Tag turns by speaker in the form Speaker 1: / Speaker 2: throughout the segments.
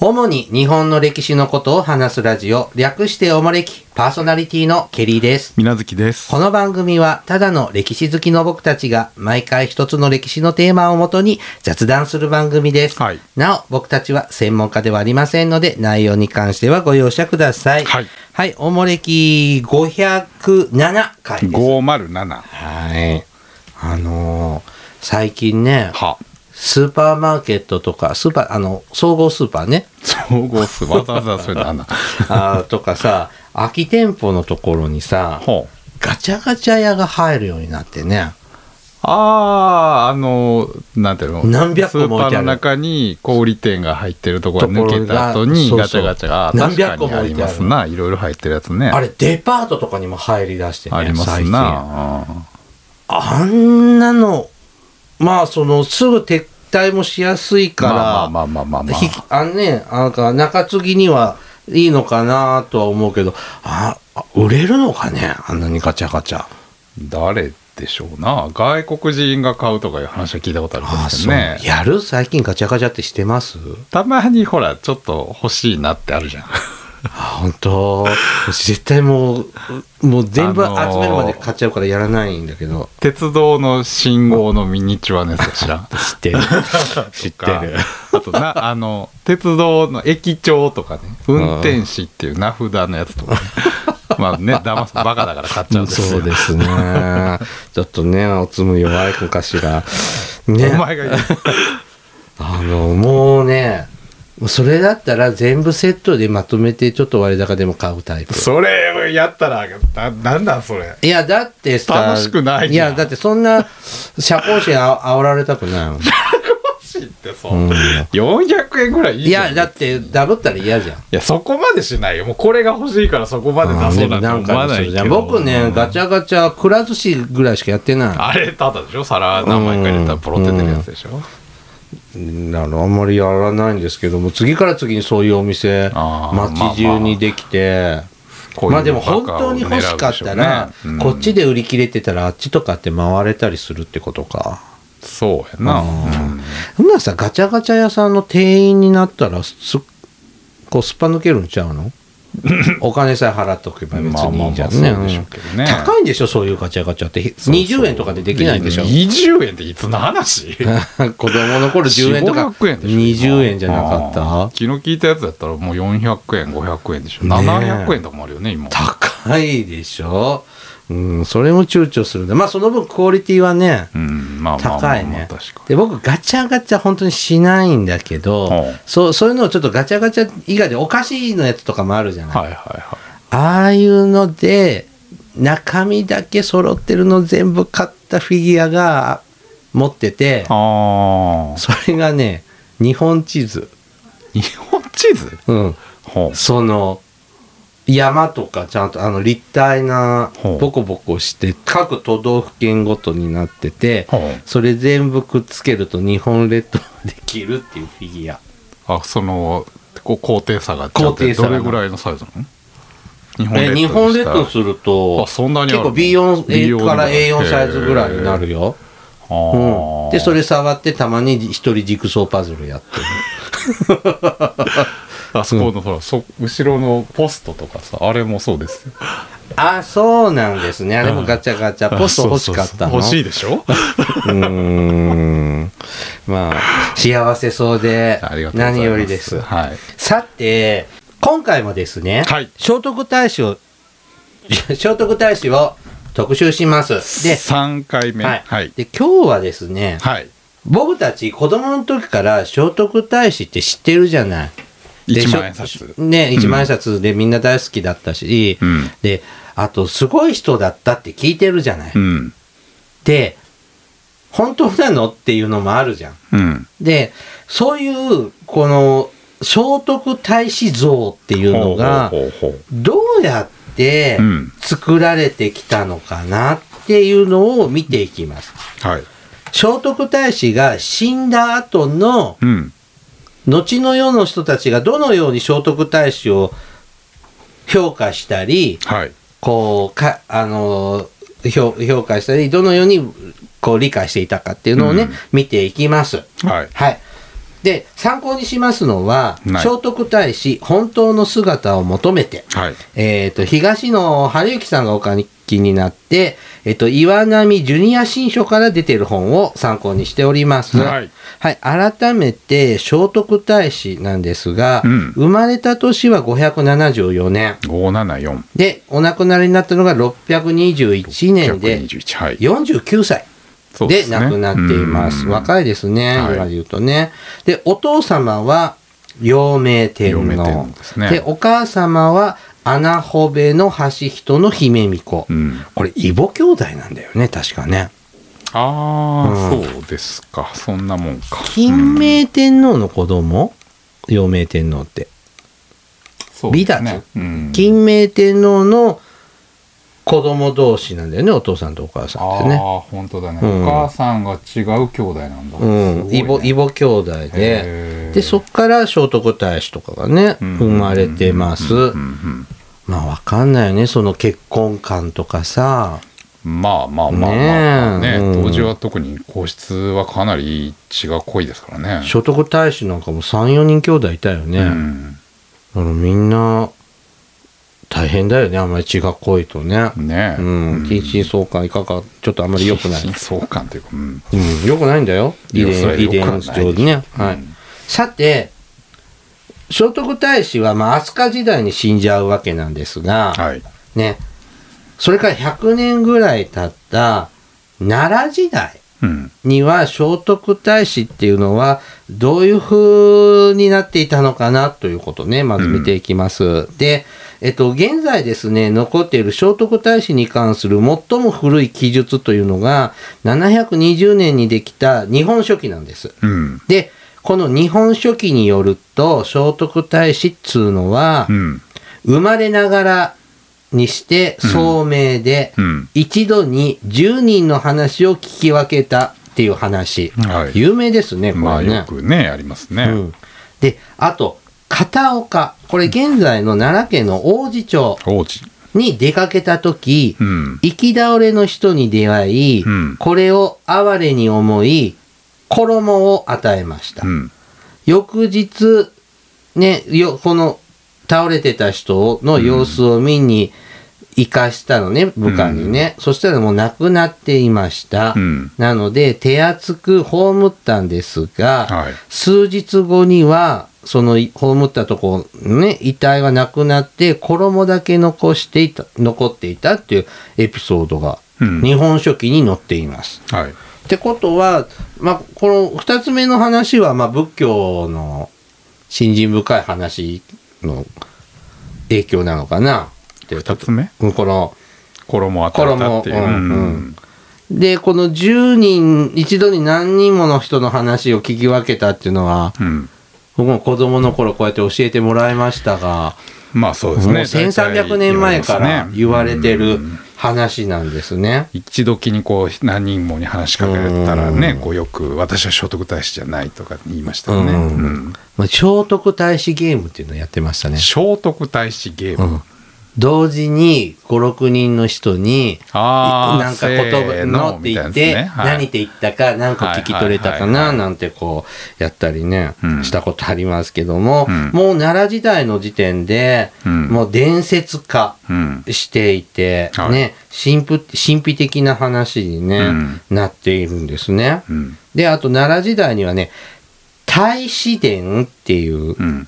Speaker 1: 主に日本の歴史のことを話すラジオ、略しておもれき、パーソナリティのケリーです。
Speaker 2: みなずきです。
Speaker 1: この番組は、ただの歴史好きの僕たちが、毎回一つの歴史のテーマをもとに雑談する番組です。
Speaker 2: はい
Speaker 1: なお、僕たちは専門家ではありませんので、内容に関してはご容赦ください。
Speaker 2: はい。
Speaker 1: はい、おもれき507回です。
Speaker 2: 507。
Speaker 1: はい。あのー最近ね、
Speaker 2: は。
Speaker 1: スーパーマーケットとか、スーパー、あの、総合スーパーね、
Speaker 2: 総 合数、わざわざそれだな。
Speaker 1: あーとかさ、空き店舗のところにさ、
Speaker 2: ほう。
Speaker 1: ガチャガチャ屋が入るようになってね。
Speaker 2: あー、あの、なんていうの
Speaker 1: 何百個も置い
Speaker 2: スーパ
Speaker 1: てあ
Speaker 2: ー
Speaker 1: る
Speaker 2: の中に小売店が入ってるところ
Speaker 1: ところが
Speaker 2: 抜けた後
Speaker 1: そう
Speaker 2: に
Speaker 1: そう
Speaker 2: ガチャガチャが、あー
Speaker 1: 何百個
Speaker 2: 確
Speaker 1: も置
Speaker 2: かにあ
Speaker 1: い
Speaker 2: り
Speaker 1: てあ
Speaker 2: ま
Speaker 1: る
Speaker 2: すな。いろいろ入ってるやつね。
Speaker 1: あれ、デパートとかにも入り出してね、
Speaker 2: あります
Speaker 1: 最近。
Speaker 2: な。
Speaker 1: あんなの、まあ、その、すぐ撤退もしやすいから、
Speaker 2: まあまあまあまあまあ
Speaker 1: ひあのね、なんか中継ぎにはいいのかなとは思うけど、あ、あ売れるのかねあんなにガチャガチャ。
Speaker 2: 誰でしょうな。外国人が買うとかいう話は聞いたことあるんですけどね。
Speaker 1: やる最近ガチャガチャってしてます
Speaker 2: たまにほら、ちょっと欲しいなってあるじゃん。
Speaker 1: あ、本当絶対もう、もう全部集
Speaker 2: あのー
Speaker 1: めるまで買っちゃうからやらないんだけど。
Speaker 2: 鉄道の信号のミニチュアのやつ知らん
Speaker 1: 知 ってる。知ってる。
Speaker 2: あとなあの鉄道の駅長とかね運転士っていう名札のやつと かねまあね騙すバカだから買っちゃうんです
Speaker 1: そ
Speaker 2: よ
Speaker 1: うですね。 ちょっとね、おつむ弱い子かしら。ね。
Speaker 2: お前が言う
Speaker 1: あの、もうね、それだったら全部セットでまとめてちょっと割高でも買うタイプ。
Speaker 2: それやったらななんだそれ
Speaker 1: いや、だってさ、
Speaker 2: 楽しくないじゃん
Speaker 1: いや、だってそんな社交心あ煽られたくない もん。
Speaker 2: 欲しいってそう、
Speaker 1: うん
Speaker 2: 400円ぐらいいい
Speaker 1: い
Speaker 2: じゃん
Speaker 1: や、だってダブったら嫌じゃん。
Speaker 2: いやそこまでしないよもうこれが欲しいからそこまで出そうなんて
Speaker 1: なん
Speaker 2: 思わ
Speaker 1: か
Speaker 2: な
Speaker 1: そ
Speaker 2: いうけ
Speaker 1: じゃ
Speaker 2: ど
Speaker 1: ん僕ね、ガチャガチャ、くら寿司ぐらいしかやってない。
Speaker 2: あれただでしょ皿何枚か入れたらポロって出るやつでしょ、
Speaker 1: うんあのあんまりやらないんですけども、次から次にそういうお店、
Speaker 2: あー
Speaker 1: 街中にできて、
Speaker 2: こういう
Speaker 1: まあでも
Speaker 2: バ
Speaker 1: 本
Speaker 2: カを
Speaker 1: 当に
Speaker 2: 狙う
Speaker 1: 欲しかっ
Speaker 2: でしょ
Speaker 1: た
Speaker 2: うね
Speaker 1: ら、
Speaker 2: うん
Speaker 1: こっちで売り切れてたらあっちとかって回れたりするってことか。
Speaker 2: そうやな、うん
Speaker 1: そんならさガチャガチャ屋さんの店員になったらすこうすっぱ抜けるんちゃう のお金さえ払っとけば別にいいじゃんね,、
Speaker 2: まあまあまあそうでしょうけどね
Speaker 1: 高いんでしょそういうガチャガチャって20円とかでできないんでしょ
Speaker 2: 20円っていつの話
Speaker 1: 子供の頃10円とか
Speaker 2: 400円でしょ
Speaker 1: 20円じゃなか
Speaker 2: あー
Speaker 1: った
Speaker 2: 昨日聞いたやつだったらもう400円500円でしょ
Speaker 1: ねえ
Speaker 2: 700円とかもあるよね今
Speaker 1: 高いでしょうんそれも躊躇するんだまあその分クオリティはね
Speaker 2: うんまあまあまあまあ
Speaker 1: 高いね
Speaker 2: 確か
Speaker 1: で僕ガチャガチャ本当にしないんだけど、
Speaker 2: うん
Speaker 1: そうそういうのをちょっとガチャガチャ以外でお菓子のやつとかもあるじゃない、
Speaker 2: はいはいは
Speaker 1: ああいうので中身だけ揃ってるの全部買ったフィギュアが持ってて
Speaker 2: いああ
Speaker 1: それがね日本地図、
Speaker 2: 日本地図
Speaker 1: うん、
Speaker 2: ほう
Speaker 1: その山とかちゃんとあの立体な
Speaker 2: ほう
Speaker 1: ボコボコして各都道府県ごとになってて
Speaker 2: ほう
Speaker 1: それ全部くっつけると日本列島できるっていうフィギュア
Speaker 2: あそのこう高低差がちゃんと
Speaker 1: 高低差が
Speaker 2: どれぐらいのサイズなの日本
Speaker 1: え日本列島
Speaker 2: に
Speaker 1: に
Speaker 2: し
Speaker 1: すると
Speaker 2: あそんなにあ
Speaker 1: 結
Speaker 2: る
Speaker 1: 構
Speaker 2: の
Speaker 1: B4 から
Speaker 2: B4
Speaker 1: A4 サイズぐらいになるよ
Speaker 2: たらあー
Speaker 1: うん、でそれ触ってたまに一人ジグソーパズルやってる
Speaker 2: あそこのほら、そ後ろのポストとかさあれもそうですよ
Speaker 1: あそうなんですねあれもガチャガチャポスト欲しかったの
Speaker 2: 欲しい
Speaker 1: で
Speaker 2: でしょ
Speaker 1: うーんまあ幸せそうで
Speaker 2: ありがとうございます
Speaker 1: 何よりです
Speaker 2: はい
Speaker 1: さて今回もですね、
Speaker 2: はい
Speaker 1: 聖徳太子を 聖徳太子を特集しますで,、
Speaker 2: 3回目はいはい、
Speaker 1: で今日はですね、僕たち子供の時から聖徳太子って知ってるじゃない。で
Speaker 2: 1万円札
Speaker 1: ね、一万円札でみんな大好きだったし、
Speaker 2: うん
Speaker 1: で、あとすごい人だったって聞いてるじゃない。
Speaker 2: うん
Speaker 1: で、本当なのっていうのもあるじゃん。
Speaker 2: うん
Speaker 1: で、そういう、この、聖徳太子像っていうのが、
Speaker 2: ほうほうほうほ
Speaker 1: どうやって
Speaker 2: うん
Speaker 1: 作られてきたのかなっていうのを見ていきます。
Speaker 2: うはい
Speaker 1: 聖徳太子が死んだ後の、
Speaker 2: うん
Speaker 1: 後の世の人たちがどのように聖徳太子を評価したり、
Speaker 2: はい
Speaker 1: こう、か、あのー評、評価したり、どのように、こう、理解していたかっていうのをね、
Speaker 2: うん
Speaker 1: 見ていきます。
Speaker 2: はい
Speaker 1: はい。で、参考にしますのは、
Speaker 2: は
Speaker 1: 聖
Speaker 2: い
Speaker 1: 徳太子、本当の姿を求めて、
Speaker 2: はい。
Speaker 1: えっ、と、東野晴之さんがお書きになって、えっ、と、岩波ジュニア新書から出てる本を参考にしております。
Speaker 2: はい。
Speaker 1: はい、改めて、聖徳太子なんですが、
Speaker 2: うん
Speaker 1: 生まれた年は574年。
Speaker 2: 574。
Speaker 1: で、お亡くなりになったのが621年で、
Speaker 2: 121。はい。
Speaker 1: 49歳
Speaker 2: そう
Speaker 1: です
Speaker 2: ね
Speaker 1: 亡くなっています。
Speaker 2: うん
Speaker 1: 若いですね、
Speaker 2: はい
Speaker 1: 今で言うとね。で、お父様は、陽明天皇。
Speaker 2: 陽明天皇ですね
Speaker 1: お母様は、穴穂部の橋人の姫巫女。
Speaker 2: うん。
Speaker 1: これ、異母兄弟なんだよね、確かね。
Speaker 2: ああ、そうですか。そんなもんか。
Speaker 1: 金明天皇の子供陽明天皇って。
Speaker 2: そうです
Speaker 1: 美
Speaker 2: ね
Speaker 1: 達
Speaker 2: うん
Speaker 1: 金明天皇の子供同士なんだよね、お父さんとお母さんってね。
Speaker 2: ああ、本当だね、
Speaker 1: うん
Speaker 2: お母さんが違う兄弟なんだ。
Speaker 1: うん、異母異
Speaker 2: 母
Speaker 1: 母兄弟で。で、そっから聖徳太子とかがね、生まれてます。まあ、わかんないよね、その結婚観とかさ。
Speaker 2: まあまあまあまあ
Speaker 1: ねえ
Speaker 2: ね、
Speaker 1: うん
Speaker 2: 当時は特に皇室はかなり血が濃いですからね。
Speaker 1: 聖徳太子なんかも3、4人兄弟いたよね。
Speaker 2: うん
Speaker 1: だからみんな、大変だよね、あんまり血が濃いとね。
Speaker 2: ね
Speaker 1: う
Speaker 2: え。
Speaker 1: ん、近親相関いかが、ちょっとあんまり良く ない。
Speaker 2: 近親相関というか、うん
Speaker 1: うん、良くないんだよ。遺
Speaker 2: いやそれ
Speaker 1: 伝、遺
Speaker 2: は良くは
Speaker 1: 伝
Speaker 2: ない
Speaker 1: 上にね。はい。
Speaker 2: うん
Speaker 1: さて、聖徳太子は、まあ、飛鳥時代に死んじゃうわけなんですが、
Speaker 2: はい。
Speaker 1: ね、それから100年ぐらい経った奈良時代
Speaker 2: うん。
Speaker 1: には聖徳太子っていうのはどういう風になっていたのかなということね、まず見ていきます。で、えっと、現在ですね、残っている聖徳太子に関する最も古い記述というのが720年にできた日本書紀なんです。
Speaker 2: うん。
Speaker 1: で、この日本書紀によると聖徳太子っつうのは、
Speaker 2: うん。
Speaker 1: 生まれながらにして聡明で、
Speaker 2: うん。
Speaker 1: 一度に10人の話を聞き分けたっていう話、
Speaker 2: はい
Speaker 1: 有名ですねこ
Speaker 2: まあ
Speaker 1: れね、
Speaker 2: よくね、ありますね。
Speaker 1: うん、であと片岡これ現在の奈良県の王寺町
Speaker 2: 王子。
Speaker 1: に出かけた時、
Speaker 2: うん。
Speaker 1: 行き倒れの人に出会い、
Speaker 2: うん
Speaker 1: これを哀れに思い衣を与えました、
Speaker 2: うん。
Speaker 1: 翌日、ね、よ、この倒れてた人の様子を見に行かしたのね、部下にね。そしたらもう亡くなっていました。
Speaker 2: うん。
Speaker 1: なので、手厚く葬ったんですが、
Speaker 2: はい。
Speaker 1: 数日後には、そのい葬ったとこ、ね、遺体はなくなって、衣だけ残していた、残っていたっていうエピソードが、
Speaker 2: うん
Speaker 1: 日本書紀に載っています。
Speaker 2: はい。
Speaker 1: ってことは、まあ、この二つ目の話は、まあ、仏教の信心深い話の影響なのかなっていう
Speaker 2: 二つ目
Speaker 1: うんこの
Speaker 2: 衣を与えたっていう。
Speaker 1: 衣
Speaker 2: う
Speaker 1: うん
Speaker 2: ん。
Speaker 1: でこの10人一度に何人もの人の話を聞き分けたっていうのは
Speaker 2: うん。
Speaker 1: 僕も子供の頃こうやって教えてもらいましたが、
Speaker 2: まあそうです
Speaker 1: もう
Speaker 2: ね。
Speaker 1: 1300年前から言われてる話なんですね。
Speaker 2: 一時にこう何人もに話しかけたら
Speaker 1: う
Speaker 2: ね
Speaker 1: ん
Speaker 2: こうよく「私は聖徳太子じゃない」とか言いましたよね、
Speaker 1: う
Speaker 2: うんん
Speaker 1: まあ、聖徳太子ゲームっていうのやってましたね。
Speaker 2: 聖徳太子ゲーム、
Speaker 1: 同時に56人の人に
Speaker 2: ああ
Speaker 1: なんか言葉のって言って、何って言ったか何個聞き取れたか
Speaker 2: はいはいはい
Speaker 1: な
Speaker 2: はい
Speaker 1: なんてこうやったりね、
Speaker 2: うん
Speaker 1: したことありますけども、
Speaker 2: うん
Speaker 1: もう奈良時代の時点で、
Speaker 2: うん
Speaker 1: もう伝説化
Speaker 2: うん
Speaker 1: していて、
Speaker 2: はい
Speaker 1: ね神秘神秘的な話に、ね
Speaker 2: うん
Speaker 1: なっているんですね。
Speaker 2: うん
Speaker 1: であと奈良時代にはね大使伝っていう
Speaker 2: うん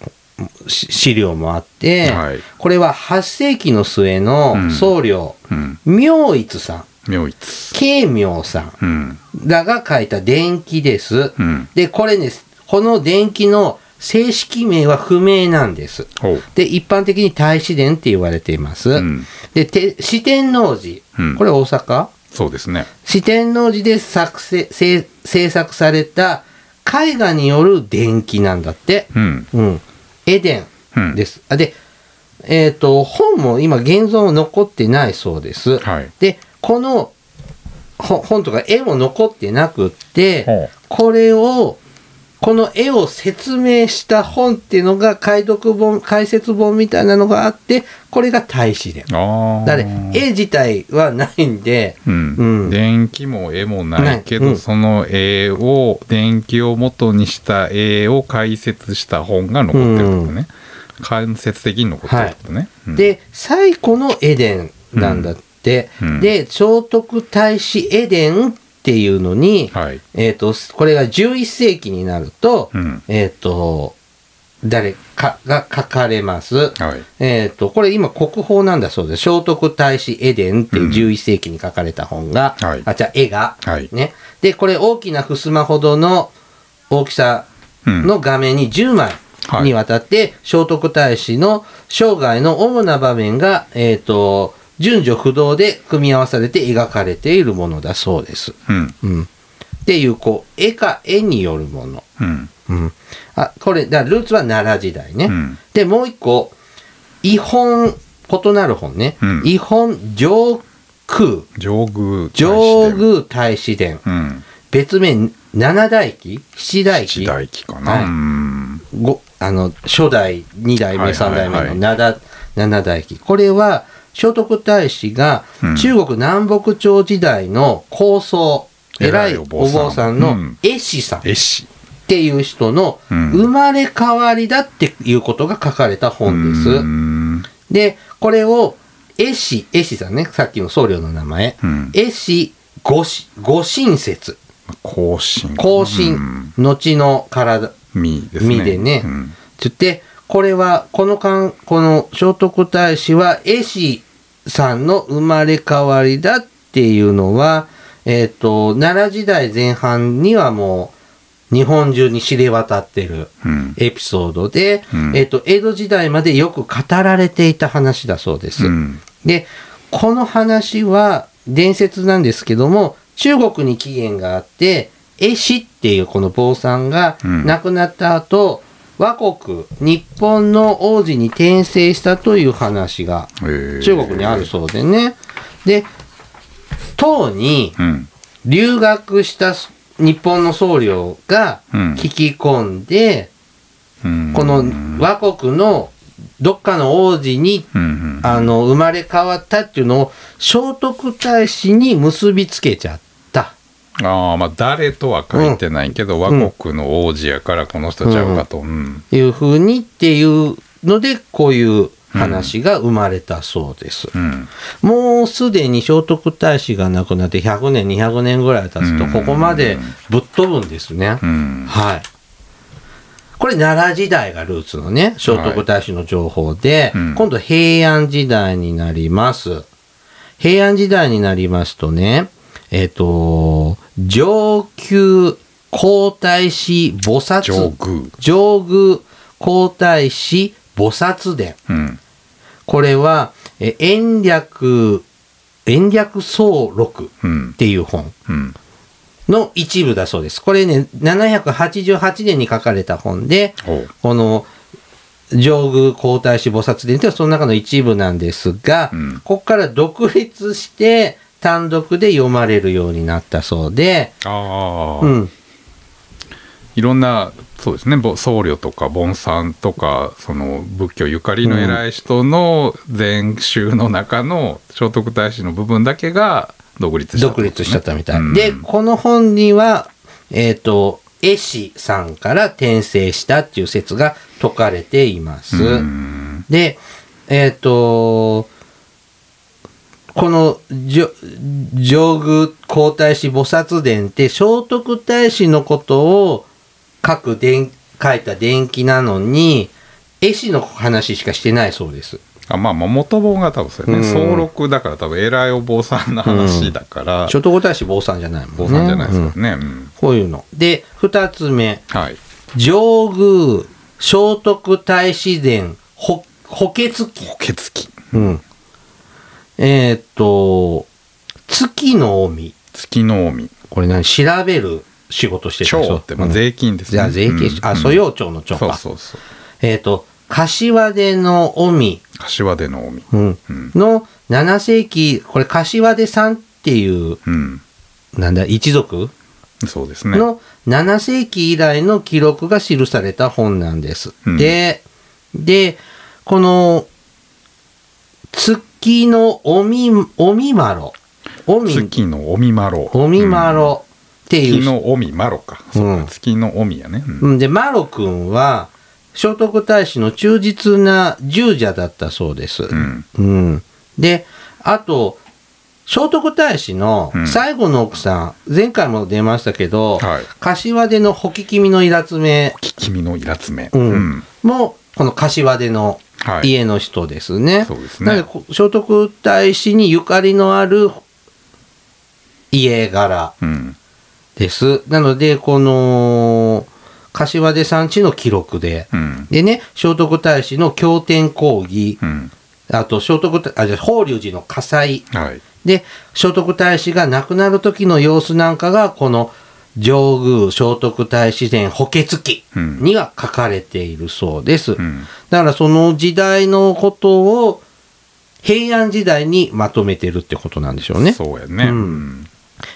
Speaker 1: し資料もあって、
Speaker 2: はい
Speaker 1: これは8世紀の末の僧侶、
Speaker 2: うん
Speaker 1: 明一さん、
Speaker 2: 妙一
Speaker 1: 慶明さん
Speaker 2: うん
Speaker 1: らが書いた伝記です。
Speaker 2: うん
Speaker 1: で、これね、この伝記の正式名は不明なんです。
Speaker 2: ほう
Speaker 1: で、一般的に大使伝って言われています。
Speaker 2: うん
Speaker 1: で、て四天王寺
Speaker 2: うん、
Speaker 1: これ大阪、
Speaker 2: そうですね
Speaker 1: 四天王寺で作成制制作された絵画による伝記なんだって。
Speaker 2: うん
Speaker 1: うん。エデン。
Speaker 2: うん
Speaker 1: です。あで、えっ、と、本も今現像も残ってないそうです。
Speaker 2: はい
Speaker 1: で、このほ本とか絵も残ってなくって
Speaker 2: ほう、
Speaker 1: これをこの絵を説明した本っていうのが解読本解説本みたいなのがあってこれが大使で
Speaker 2: ああ
Speaker 1: だから絵自体はないんで、
Speaker 2: うん
Speaker 1: うん
Speaker 2: 電気も絵もないけど、
Speaker 1: ないうん
Speaker 2: その絵を電気を元にした絵を解説した本が残ってるってことね、間接的に残ってるってことね、うん、
Speaker 1: で最古のエデンなんだって、
Speaker 2: うんうん
Speaker 1: で聖徳太子エデンっていうのに、
Speaker 2: はい
Speaker 1: えー、とこれが11世紀になると、
Speaker 2: うん
Speaker 1: えっ、と誰かが書かれます。
Speaker 2: はい
Speaker 1: えっとこれ今国宝なんだそうです聖徳太子エデンっていう11世紀に書かれた本が、
Speaker 2: はい
Speaker 1: あじゃあ絵が、
Speaker 2: はい
Speaker 1: ね、でこれ大きな襖ほどの大きさ
Speaker 2: うん
Speaker 1: の画面に10枚
Speaker 2: はい
Speaker 1: にわたって、聖徳太子の生涯の主な場面が、えっと順序不動で組み合わされて描かれているものだそうです。
Speaker 2: うん
Speaker 1: うん、っていうこう絵か絵によるもの。
Speaker 2: うん
Speaker 1: うん、あこれだからルーツは奈良時代ね、
Speaker 2: うん
Speaker 1: でもう一個違本異なる本ね、
Speaker 2: うん
Speaker 1: 違本上空
Speaker 2: 上宮
Speaker 1: 上宮大師伝、
Speaker 2: うん
Speaker 1: 別名七代記七代
Speaker 2: 時
Speaker 1: 記
Speaker 2: 代記かな、
Speaker 1: はい
Speaker 2: うん
Speaker 1: ごあの初代二代
Speaker 2: はい
Speaker 1: 目三代目
Speaker 2: はい
Speaker 1: の七七代記これは聖徳太子が
Speaker 2: うん
Speaker 1: 中国南北朝時代の高僧、偉いお坊さん
Speaker 2: う
Speaker 1: の
Speaker 2: ん
Speaker 1: 絵師さん
Speaker 2: 絵師
Speaker 1: っていう人の
Speaker 2: うん
Speaker 1: 生まれ変わりだっていうことが書かれた本です。
Speaker 2: うん
Speaker 1: で、これを、絵師、絵師さんね、さっきの僧侶の名前、
Speaker 2: うん
Speaker 1: 絵師、五子、五神説、
Speaker 2: 後進
Speaker 1: 後進、後の体、
Speaker 2: 身ですね
Speaker 1: 身でね
Speaker 2: うん
Speaker 1: つって、これは、このかん、この聖徳太子は、絵師さんの生まれ変わりだっていうのは、えっ、と、奈良時代前半にはもう、日本中に知れ渡ってる。
Speaker 2: うん
Speaker 1: エピソードで、
Speaker 2: うん
Speaker 1: えっと江戸時代までよく語られていた話だそうです。
Speaker 2: うん
Speaker 1: でこの話は伝説なんですけども中国に起源があって絵師っていうこの坊さんが
Speaker 2: うん
Speaker 1: 亡くなった後、倭国日本の王子に転生したという話が
Speaker 2: へー
Speaker 1: 中国にあるそうでね。で唐に
Speaker 2: うん
Speaker 1: 留学した日本の僧侶が
Speaker 2: うん
Speaker 1: 聞き込んで、
Speaker 2: うん
Speaker 1: この倭国のどっかの王子に、
Speaker 2: うんうん
Speaker 1: あの生まれ変わったっていうのを聖徳太子に結びつけちゃった。
Speaker 2: ああまあ誰とは書いてないけど、
Speaker 1: ん
Speaker 2: 和国の王子やからこの人ちゃうかと、うん
Speaker 1: いうふうにっていうのでこういう話が生まれたそうです。
Speaker 2: うん
Speaker 1: もうすでに聖徳太子が亡くなって100年200年ぐらい経つと
Speaker 2: うん
Speaker 1: ここまでぶっ飛ぶんですね。
Speaker 2: うん
Speaker 1: はい。これ奈良時代がルーツのね、聖徳太子の情報で、
Speaker 2: はいうん
Speaker 1: 今度平安時代になります。平安時代になりますとね、えっ、と、上級皇太子菩
Speaker 2: 上
Speaker 1: 薩、
Speaker 2: 宮
Speaker 1: 上宮皇太子菩薩伝。
Speaker 2: うん
Speaker 1: これは、え延暦、延暦総録
Speaker 2: う
Speaker 1: っ
Speaker 2: ん
Speaker 1: ていう本。
Speaker 2: うん
Speaker 1: の一部だそうです。これね、788年に書かれた本で、
Speaker 2: おう
Speaker 1: この上宮皇太子菩薩伝というのはその中の一部なんですが、
Speaker 2: うん
Speaker 1: ここから独立して単独で読まれるようになったそうで、
Speaker 2: ああ、
Speaker 1: うん、
Speaker 2: いろんなそうですねぼ僧侶とか盆さんとかその仏教ゆかりの偉い人の全集の中の聖徳太子の部分だけが独立したってこと
Speaker 1: 独
Speaker 2: ね、
Speaker 1: 立しちゃったみたい。
Speaker 2: うん
Speaker 1: で、この本には、えっ、と、絵師さんから転生したっていう説が解かれています。
Speaker 2: うん
Speaker 1: で、えっ、と、この上上宮皇太子菩薩伝って聖徳太子のことを書く伝書いた伝記なのに絵師の話しかしてないそうです。
Speaker 2: あまあまあ元本が多分そうやね、
Speaker 1: うん
Speaker 2: 総録だから多分偉いお坊さんの話だから、
Speaker 1: 聖徳太子坊さんじゃないもんね。
Speaker 2: 坊さんじゃないです
Speaker 1: う
Speaker 2: よ
Speaker 1: ん
Speaker 2: ね、うん
Speaker 1: こういうの。で、二つ目。
Speaker 2: はい
Speaker 1: 上宮聖徳太子伝補補欠記。
Speaker 2: 血気
Speaker 1: うん。えーっと、月の海。
Speaker 2: 月の海
Speaker 1: これ何調べる仕事してた
Speaker 2: 町って、まあ、税金です
Speaker 1: じ
Speaker 2: ね、
Speaker 1: ゃあ税金、あ、
Speaker 2: そ
Speaker 1: 蘇葉町の町
Speaker 2: そう
Speaker 1: か。
Speaker 2: そうそう
Speaker 1: えっ、と、柏出の海、
Speaker 2: 柏での海
Speaker 1: うん
Speaker 2: うん
Speaker 1: の7世紀、これ柏出さんっていう、
Speaker 2: うん
Speaker 1: なんだ、一族
Speaker 2: そうですね。
Speaker 1: の7世紀以来の記録が記された本なんです。
Speaker 2: うん
Speaker 1: で、で、この、月のおみ、おみまろ。おみ、
Speaker 2: 月のおみまろ。
Speaker 1: おみま
Speaker 2: うん
Speaker 1: ろっていう
Speaker 2: 月
Speaker 1: 人。
Speaker 2: のおみまろか。そうか月のおみやね。うん
Speaker 1: うん、で、マロ君は、聖徳太子の忠実な従者だったそうです。
Speaker 2: うん
Speaker 1: うんで、あと、聖徳太子の
Speaker 2: うん
Speaker 1: 最後の奥さん、前回も出ましたけど、
Speaker 2: はい
Speaker 1: 柏での「ほききみのいらつめ
Speaker 2: 君のイラつめ。」
Speaker 1: うんも、この柏での
Speaker 2: はい。
Speaker 1: 家の人ですね。
Speaker 2: そうです
Speaker 1: なので
Speaker 2: ね。
Speaker 1: こ聖徳太子にゆかりのある家柄
Speaker 2: うん。
Speaker 1: です。なので、この、柏出さん地の記録で、
Speaker 2: うん。
Speaker 1: でね、聖徳太子の経典講義、
Speaker 2: うん。
Speaker 1: あと聖徳太、あ、じゃあ法隆寺の火災、
Speaker 2: はい。
Speaker 1: で、聖徳太子が亡くなる時の様子なんかが、この上宮聖徳太子伝補欠記
Speaker 2: うん
Speaker 1: には書かれているそうです。
Speaker 2: うん。
Speaker 1: だからその時代のことを平安時代にまとめてるってことなんでしょうね。
Speaker 2: そうやね。
Speaker 1: う
Speaker 2: うんん。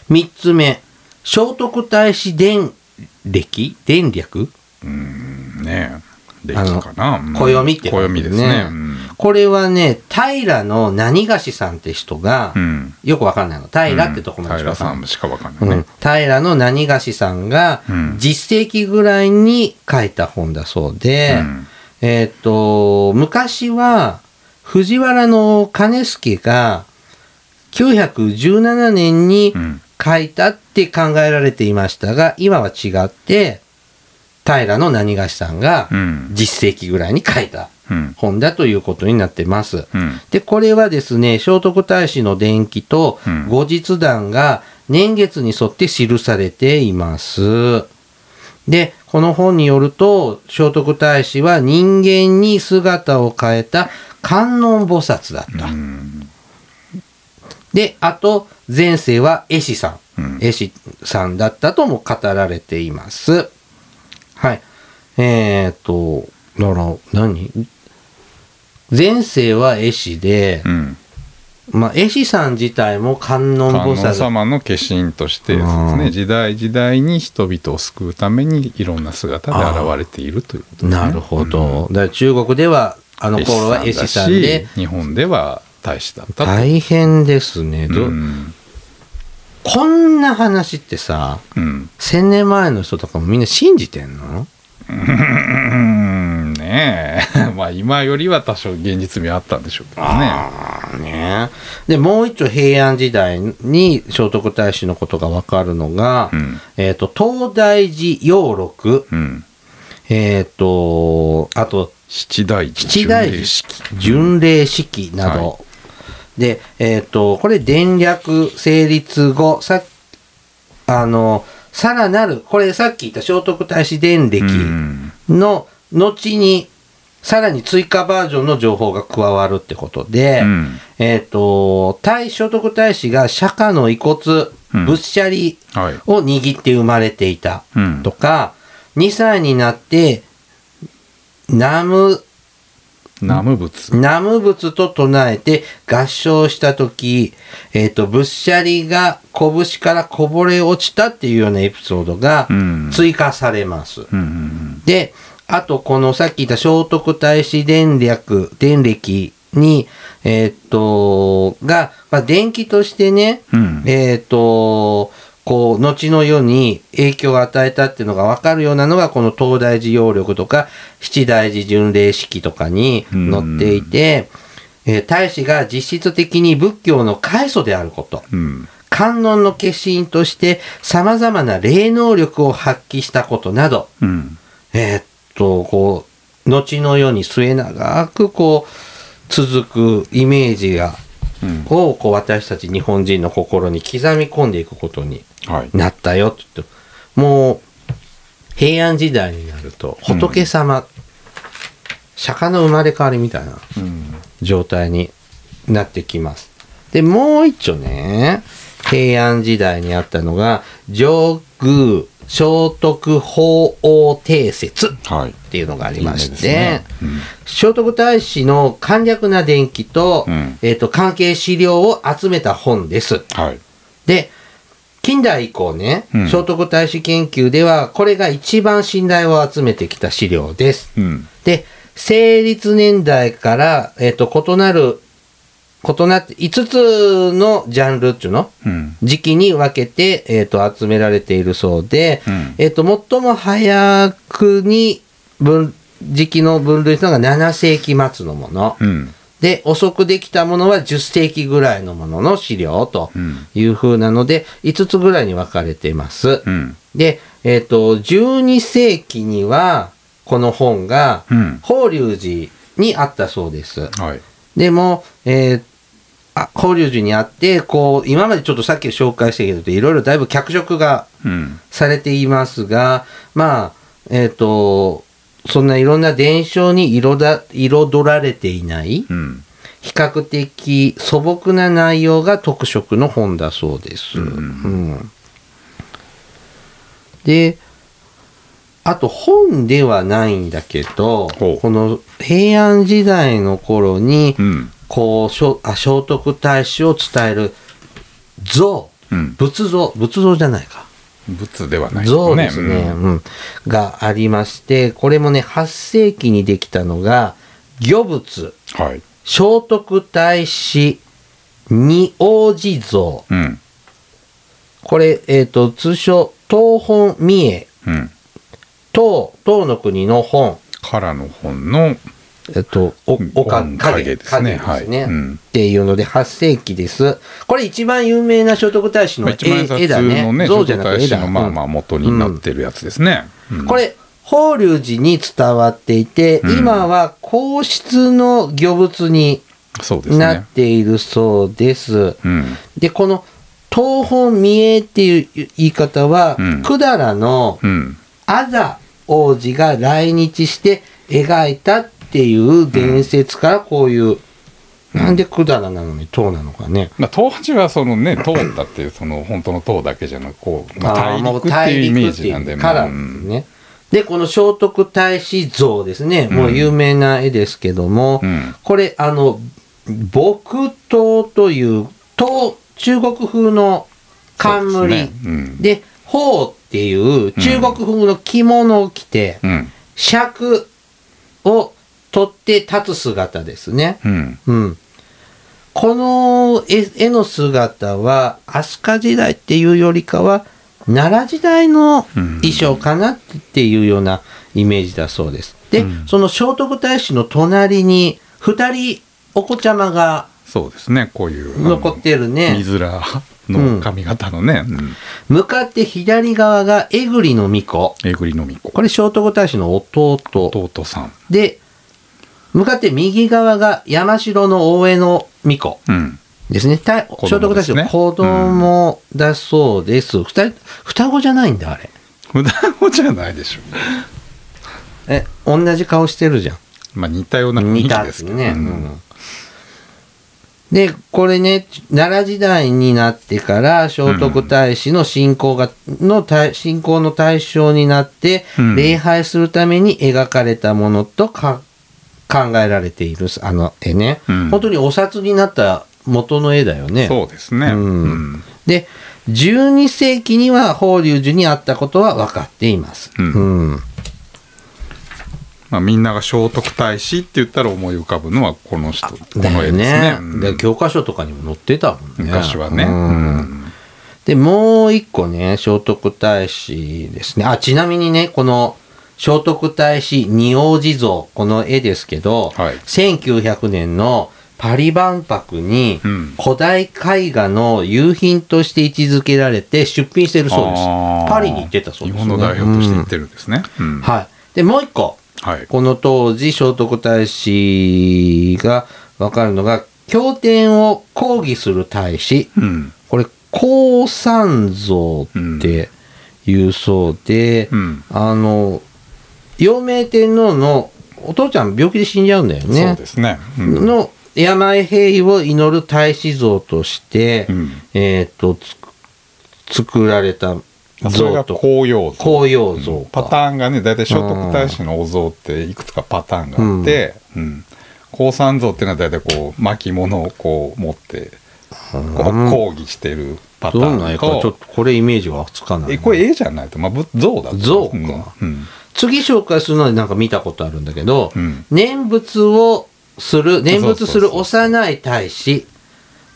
Speaker 1: 三つ目、聖徳太子伝歴伝略
Speaker 2: うんねえ。で
Speaker 1: あの
Speaker 2: きかな。うん
Speaker 1: 暦ってことね
Speaker 2: 暦ですね。うん
Speaker 1: これはね、平の何菓子さんって人が、
Speaker 2: うん。
Speaker 1: よくわかんないの。平ってとこまでし
Speaker 2: 平
Speaker 1: か
Speaker 2: さ
Speaker 1: わかん
Speaker 2: んしかわかん
Speaker 1: な
Speaker 2: ない
Speaker 1: い。う
Speaker 2: ね
Speaker 1: ん。平の何菓子さんが
Speaker 2: うん
Speaker 1: 10世紀ぐらいに書いた本だそうで、
Speaker 2: うん
Speaker 1: えーっ、と、昔は藤原の兼助が917年に
Speaker 2: うん
Speaker 1: 書いたって考えられていましたが、今は違って、平の何菓子さんが
Speaker 2: うん。
Speaker 1: 10世紀ぐらいに書いた
Speaker 2: うん。
Speaker 1: 本だということになってます。
Speaker 2: うん。
Speaker 1: で、これはですね、聖徳太子の伝記と
Speaker 2: うん
Speaker 1: 後日談が年月に沿って記されています。で、この本によると、聖徳太子は人間に姿を変えた観音菩薩だった。
Speaker 2: うん
Speaker 1: で、あと、前世は絵師さん。
Speaker 2: うん
Speaker 1: 絵師さんだったとも語られています。はい。えー、っと、だから、何前世は絵師で、
Speaker 2: うん。
Speaker 1: まあ、絵師さん自体も観音
Speaker 2: 観
Speaker 1: 菩
Speaker 2: 音
Speaker 1: 薩。
Speaker 2: 様の化身として
Speaker 1: うん
Speaker 2: そうですね時代時代に人々を救うためにいろんな姿で現れているということですね。
Speaker 1: なるほど。だから中国では、あの頃は絵
Speaker 2: 絵
Speaker 1: 師
Speaker 2: 師さ
Speaker 1: さ
Speaker 2: ん
Speaker 1: ん
Speaker 2: だし
Speaker 1: で、
Speaker 2: 日本では大使だったと
Speaker 1: 大変ですね、ど
Speaker 2: うん
Speaker 1: こんな話ってさ、
Speaker 2: うん
Speaker 1: 千年前の人とかもみんな信じてんの
Speaker 2: うんねえ まあ今よりは多少現実味はあったんでしょうけどね
Speaker 1: あーね。で、もう一丁平安時代に聖徳太子のことがわかるのが、
Speaker 2: うん
Speaker 1: えっ、と、東大寺養禄、
Speaker 2: うん
Speaker 1: えっ、と、あと、
Speaker 2: 七大寺
Speaker 1: 七大寺
Speaker 2: 式
Speaker 1: 巡礼式など、
Speaker 2: は
Speaker 1: で、えっ、と、これ、電略成立後、さあの、さらなる、これさっき言った聖徳太子電歴
Speaker 2: うん
Speaker 1: の後に、さらに追加バージョンの情報が加わるってことで、
Speaker 2: うん
Speaker 1: えっ、と、対聖徳太子が釈迦の遺骨、
Speaker 2: うん
Speaker 1: 仏舎利
Speaker 2: はい
Speaker 1: を握って生まれていた。
Speaker 2: うん
Speaker 1: とか、2歳になって、ナム、
Speaker 2: 南無仏
Speaker 1: ナム仏と唱えて合唱した時えっ、と、ぶっしゃりが拳からこぼれ落ちたっていうようなエピソードが
Speaker 2: うん
Speaker 1: 追加されます。
Speaker 2: うんうん
Speaker 1: で、あとこのさっき言った聖徳太子伝略、伝歴に、えっ、と、が、まあ、伝記としてね、
Speaker 2: うん
Speaker 1: えっ、と、こう、後の世に影響を与えたっていうのが分かるようなのが、この東大寺要力とか、七大寺巡礼式とかに載っていて、えー大使が実質的に仏教の開祖であること、
Speaker 2: うん
Speaker 1: 観音の化身として様々な霊能力を発揮したことなど、
Speaker 2: うん
Speaker 1: えーっと、こう、後の世に末永くこう、続くイメージが、
Speaker 2: うん
Speaker 1: をこう私たち日本人の心に刻み込んでいくことに
Speaker 2: はい
Speaker 1: なったよって言ってもう平安時代になると
Speaker 2: うん
Speaker 1: 仏様、釈迦の生まれ変わりみたいな
Speaker 2: うん
Speaker 1: 状態になってきます。でもう一丁ね平安時代にあったのが上宮聖徳法王帝説
Speaker 2: はい
Speaker 1: っていうのがあり
Speaker 2: いいね
Speaker 1: ま
Speaker 2: で
Speaker 1: して
Speaker 2: すねうん
Speaker 1: 聖徳太子の簡略な伝記と,、
Speaker 2: うん
Speaker 1: えっと関係資料を集めた本です。
Speaker 2: はい
Speaker 1: で、近代以降ね、
Speaker 2: うん
Speaker 1: 聖徳太子研究では、これが一番信頼を集めてきた資料です。
Speaker 2: うん
Speaker 1: で、成立年代から、えっ、と、異なる、異なって、5つのジャンルっていうの
Speaker 2: うん
Speaker 1: 時期に分けて、えっ、と、集められているそうで、
Speaker 2: うん
Speaker 1: えっ、と、最も早くに分、時期の分類したのが7世紀末のもの。
Speaker 2: うん
Speaker 1: で、遅くできたものは10世紀ぐらいのものの資料と
Speaker 2: うん
Speaker 1: いう風なので、5つぐらいに分かれています。
Speaker 2: うん
Speaker 1: で、えっ、と、12世紀には、この本が、
Speaker 2: うん
Speaker 1: 法隆寺にあったそうです。
Speaker 2: はい
Speaker 1: でも、えーあ法隆寺にあって、こう、今までちょっとさっき紹介したけど、いろいろだいぶ脚色が
Speaker 2: うん
Speaker 1: されていますが、まあ、えっ、と、そんないろんな伝承に彩だ彩られていない、
Speaker 2: うん
Speaker 1: 比較的素朴な内容が特色の本だそうです。
Speaker 2: うん
Speaker 1: うんであと本ではないんだけど
Speaker 2: ほう
Speaker 1: この平安時代の頃に
Speaker 2: うん
Speaker 1: こうしょあ聖徳太子を伝える像
Speaker 2: うん
Speaker 1: 仏像仏像じゃないか
Speaker 2: 仏ではない
Speaker 1: 像ですねうん、がありましてこれもね8世紀にできたのが魚仏。
Speaker 2: うんはい
Speaker 1: 聖徳太子二王子像。
Speaker 2: うん
Speaker 1: これ、えっ、と、通称、東本三重、
Speaker 2: うん
Speaker 1: 東、東の国の本、
Speaker 2: からの本の
Speaker 1: えっ、と、お、おか、
Speaker 2: 本
Speaker 1: 影
Speaker 2: ですね
Speaker 1: 影ですね
Speaker 2: はいうん
Speaker 1: っていうので、8世紀です。これ一番有名な聖徳太子
Speaker 2: ま
Speaker 1: の絵,、
Speaker 2: あ一万円札
Speaker 1: 絵だ
Speaker 2: のね
Speaker 1: ね。
Speaker 2: 聖
Speaker 1: 像
Speaker 2: 徳
Speaker 1: じゃなく
Speaker 2: 太
Speaker 1: て絵
Speaker 2: 子
Speaker 1: だ。
Speaker 2: のまあまあ元になってるやつですね、
Speaker 1: う
Speaker 2: うん
Speaker 1: んこれ、法隆寺に伝わっていて、
Speaker 2: うん
Speaker 1: 今は皇室の御物に
Speaker 2: そうです
Speaker 1: なっ
Speaker 2: ね
Speaker 1: ているそうです。
Speaker 2: うん
Speaker 1: で、この東本三重っていう言い方は、
Speaker 2: うん
Speaker 1: 百済の
Speaker 2: うん
Speaker 1: アザ王子が来日して描いたっていう伝説からこういう、なんで百済なのに唐なのかね。
Speaker 2: まあ、東八はそのね唐だっていうその本当の唐だけじゃなくこう、まあ、
Speaker 1: あー
Speaker 2: 大
Speaker 1: も
Speaker 2: 陸っていうイメージなん
Speaker 1: 大陸っていう
Speaker 2: で
Speaker 1: から
Speaker 2: う
Speaker 1: です
Speaker 2: ん
Speaker 1: ね。で、この聖徳太子像ですね。もう有名な絵ですけども、
Speaker 2: うん
Speaker 1: これ、あの、木刀という、刀、中国風の
Speaker 2: そう
Speaker 1: 冠。
Speaker 2: ですねうん
Speaker 1: で、頬っていう中国風の着物を着て、
Speaker 2: うん
Speaker 1: 尺を取って立つ姿ですね。
Speaker 2: うん
Speaker 1: うん。この絵絵の姿は、飛鳥時代っていうよりかは、奈良時代の衣装かなっていうようなイメージだそうです。で、
Speaker 2: うん
Speaker 1: その聖徳太子の隣に、二人お子ちゃまが
Speaker 2: そうですねこういう
Speaker 1: 残ってるね。
Speaker 2: 水らの髪型のね、うん
Speaker 1: 向かって左側がえぐりの巫女。
Speaker 2: えぐりのみこ
Speaker 1: これ聖徳太子の弟
Speaker 2: 弟さん
Speaker 1: で向かって右側が山城の大江の巫女
Speaker 2: うん
Speaker 1: ですねた聖
Speaker 2: 子
Speaker 1: 徳太
Speaker 2: 供で
Speaker 1: 子
Speaker 2: すね
Speaker 1: の子供だそうです、二人双子じゃないんだあれ
Speaker 2: 無駄子じゃないでしょ
Speaker 1: え同じ顔してるじゃん
Speaker 2: まあ似たような雰囲
Speaker 1: 似
Speaker 2: 気
Speaker 1: た
Speaker 2: です
Speaker 1: す
Speaker 2: けど
Speaker 1: ね、う
Speaker 2: う
Speaker 1: んんでこれね奈良時代になってから聖徳太子の信仰が、の対信仰の対象になって、
Speaker 2: うん
Speaker 1: 礼拝するために描かれたものとか考えられているあの絵ね、
Speaker 2: うん
Speaker 1: 本当にお札になった元の絵だよね。
Speaker 2: そうですね、
Speaker 1: うん
Speaker 2: うん
Speaker 1: で12世紀には法隆寺にあったことは分かっています。
Speaker 2: うん
Speaker 1: うん
Speaker 2: まあ、みんなが聖徳太子って言ったら思い浮かぶのはこの人こ
Speaker 1: だ
Speaker 2: の絵
Speaker 1: よ
Speaker 2: ですね
Speaker 1: ね
Speaker 2: うん
Speaker 1: で教科書とかにも載ってたもんね
Speaker 2: 昔はね、
Speaker 1: うんでもう一個ね聖徳太子ですねあちなみにねこの聖徳太子二王子像この絵ですけど、
Speaker 2: はい
Speaker 1: 1900年のパリ万博に
Speaker 2: うん
Speaker 1: 古代絵画の夕品として位置づけられて出品してるそうです
Speaker 2: あー
Speaker 1: パリに行ってたそうです、ね、
Speaker 2: 日本の代表として行ってるんですね。うん
Speaker 1: うんはいでもう一個
Speaker 2: はい。
Speaker 1: この当時聖徳太子が分かるのが経典を抗議する大使
Speaker 2: うん。
Speaker 1: これ高三像っていうそうで、
Speaker 2: うん
Speaker 1: あの陽明天皇のお父ちゃん病気で死んじゃうんだよ
Speaker 2: そう
Speaker 1: ね
Speaker 2: ですね。うん
Speaker 1: の病平癒を祈る大使像として、
Speaker 2: うん
Speaker 1: えっ、とつく作られた
Speaker 2: それ
Speaker 1: 像
Speaker 2: が
Speaker 1: と
Speaker 2: 紅葉像。
Speaker 1: 紅葉像か
Speaker 2: パターンがね、大体聖徳太子のお像っていくつかパターンがあって、うん。高山像っていうのは大体こう巻物をこう持って、こう抗議してるパタ
Speaker 1: どんな
Speaker 2: ー
Speaker 1: 絵
Speaker 2: ン
Speaker 1: かちょっと
Speaker 2: と
Speaker 1: これイメージがつかない
Speaker 2: え
Speaker 1: な
Speaker 2: これ絵じゃないと、まあ、ぶ像だと
Speaker 1: 像か
Speaker 2: うん
Speaker 1: 次紹介するのはなんか見たことあるんだけど、
Speaker 2: うん
Speaker 1: 念仏をする念仏す
Speaker 2: そうそう
Speaker 1: る
Speaker 2: そう
Speaker 1: 幼い大使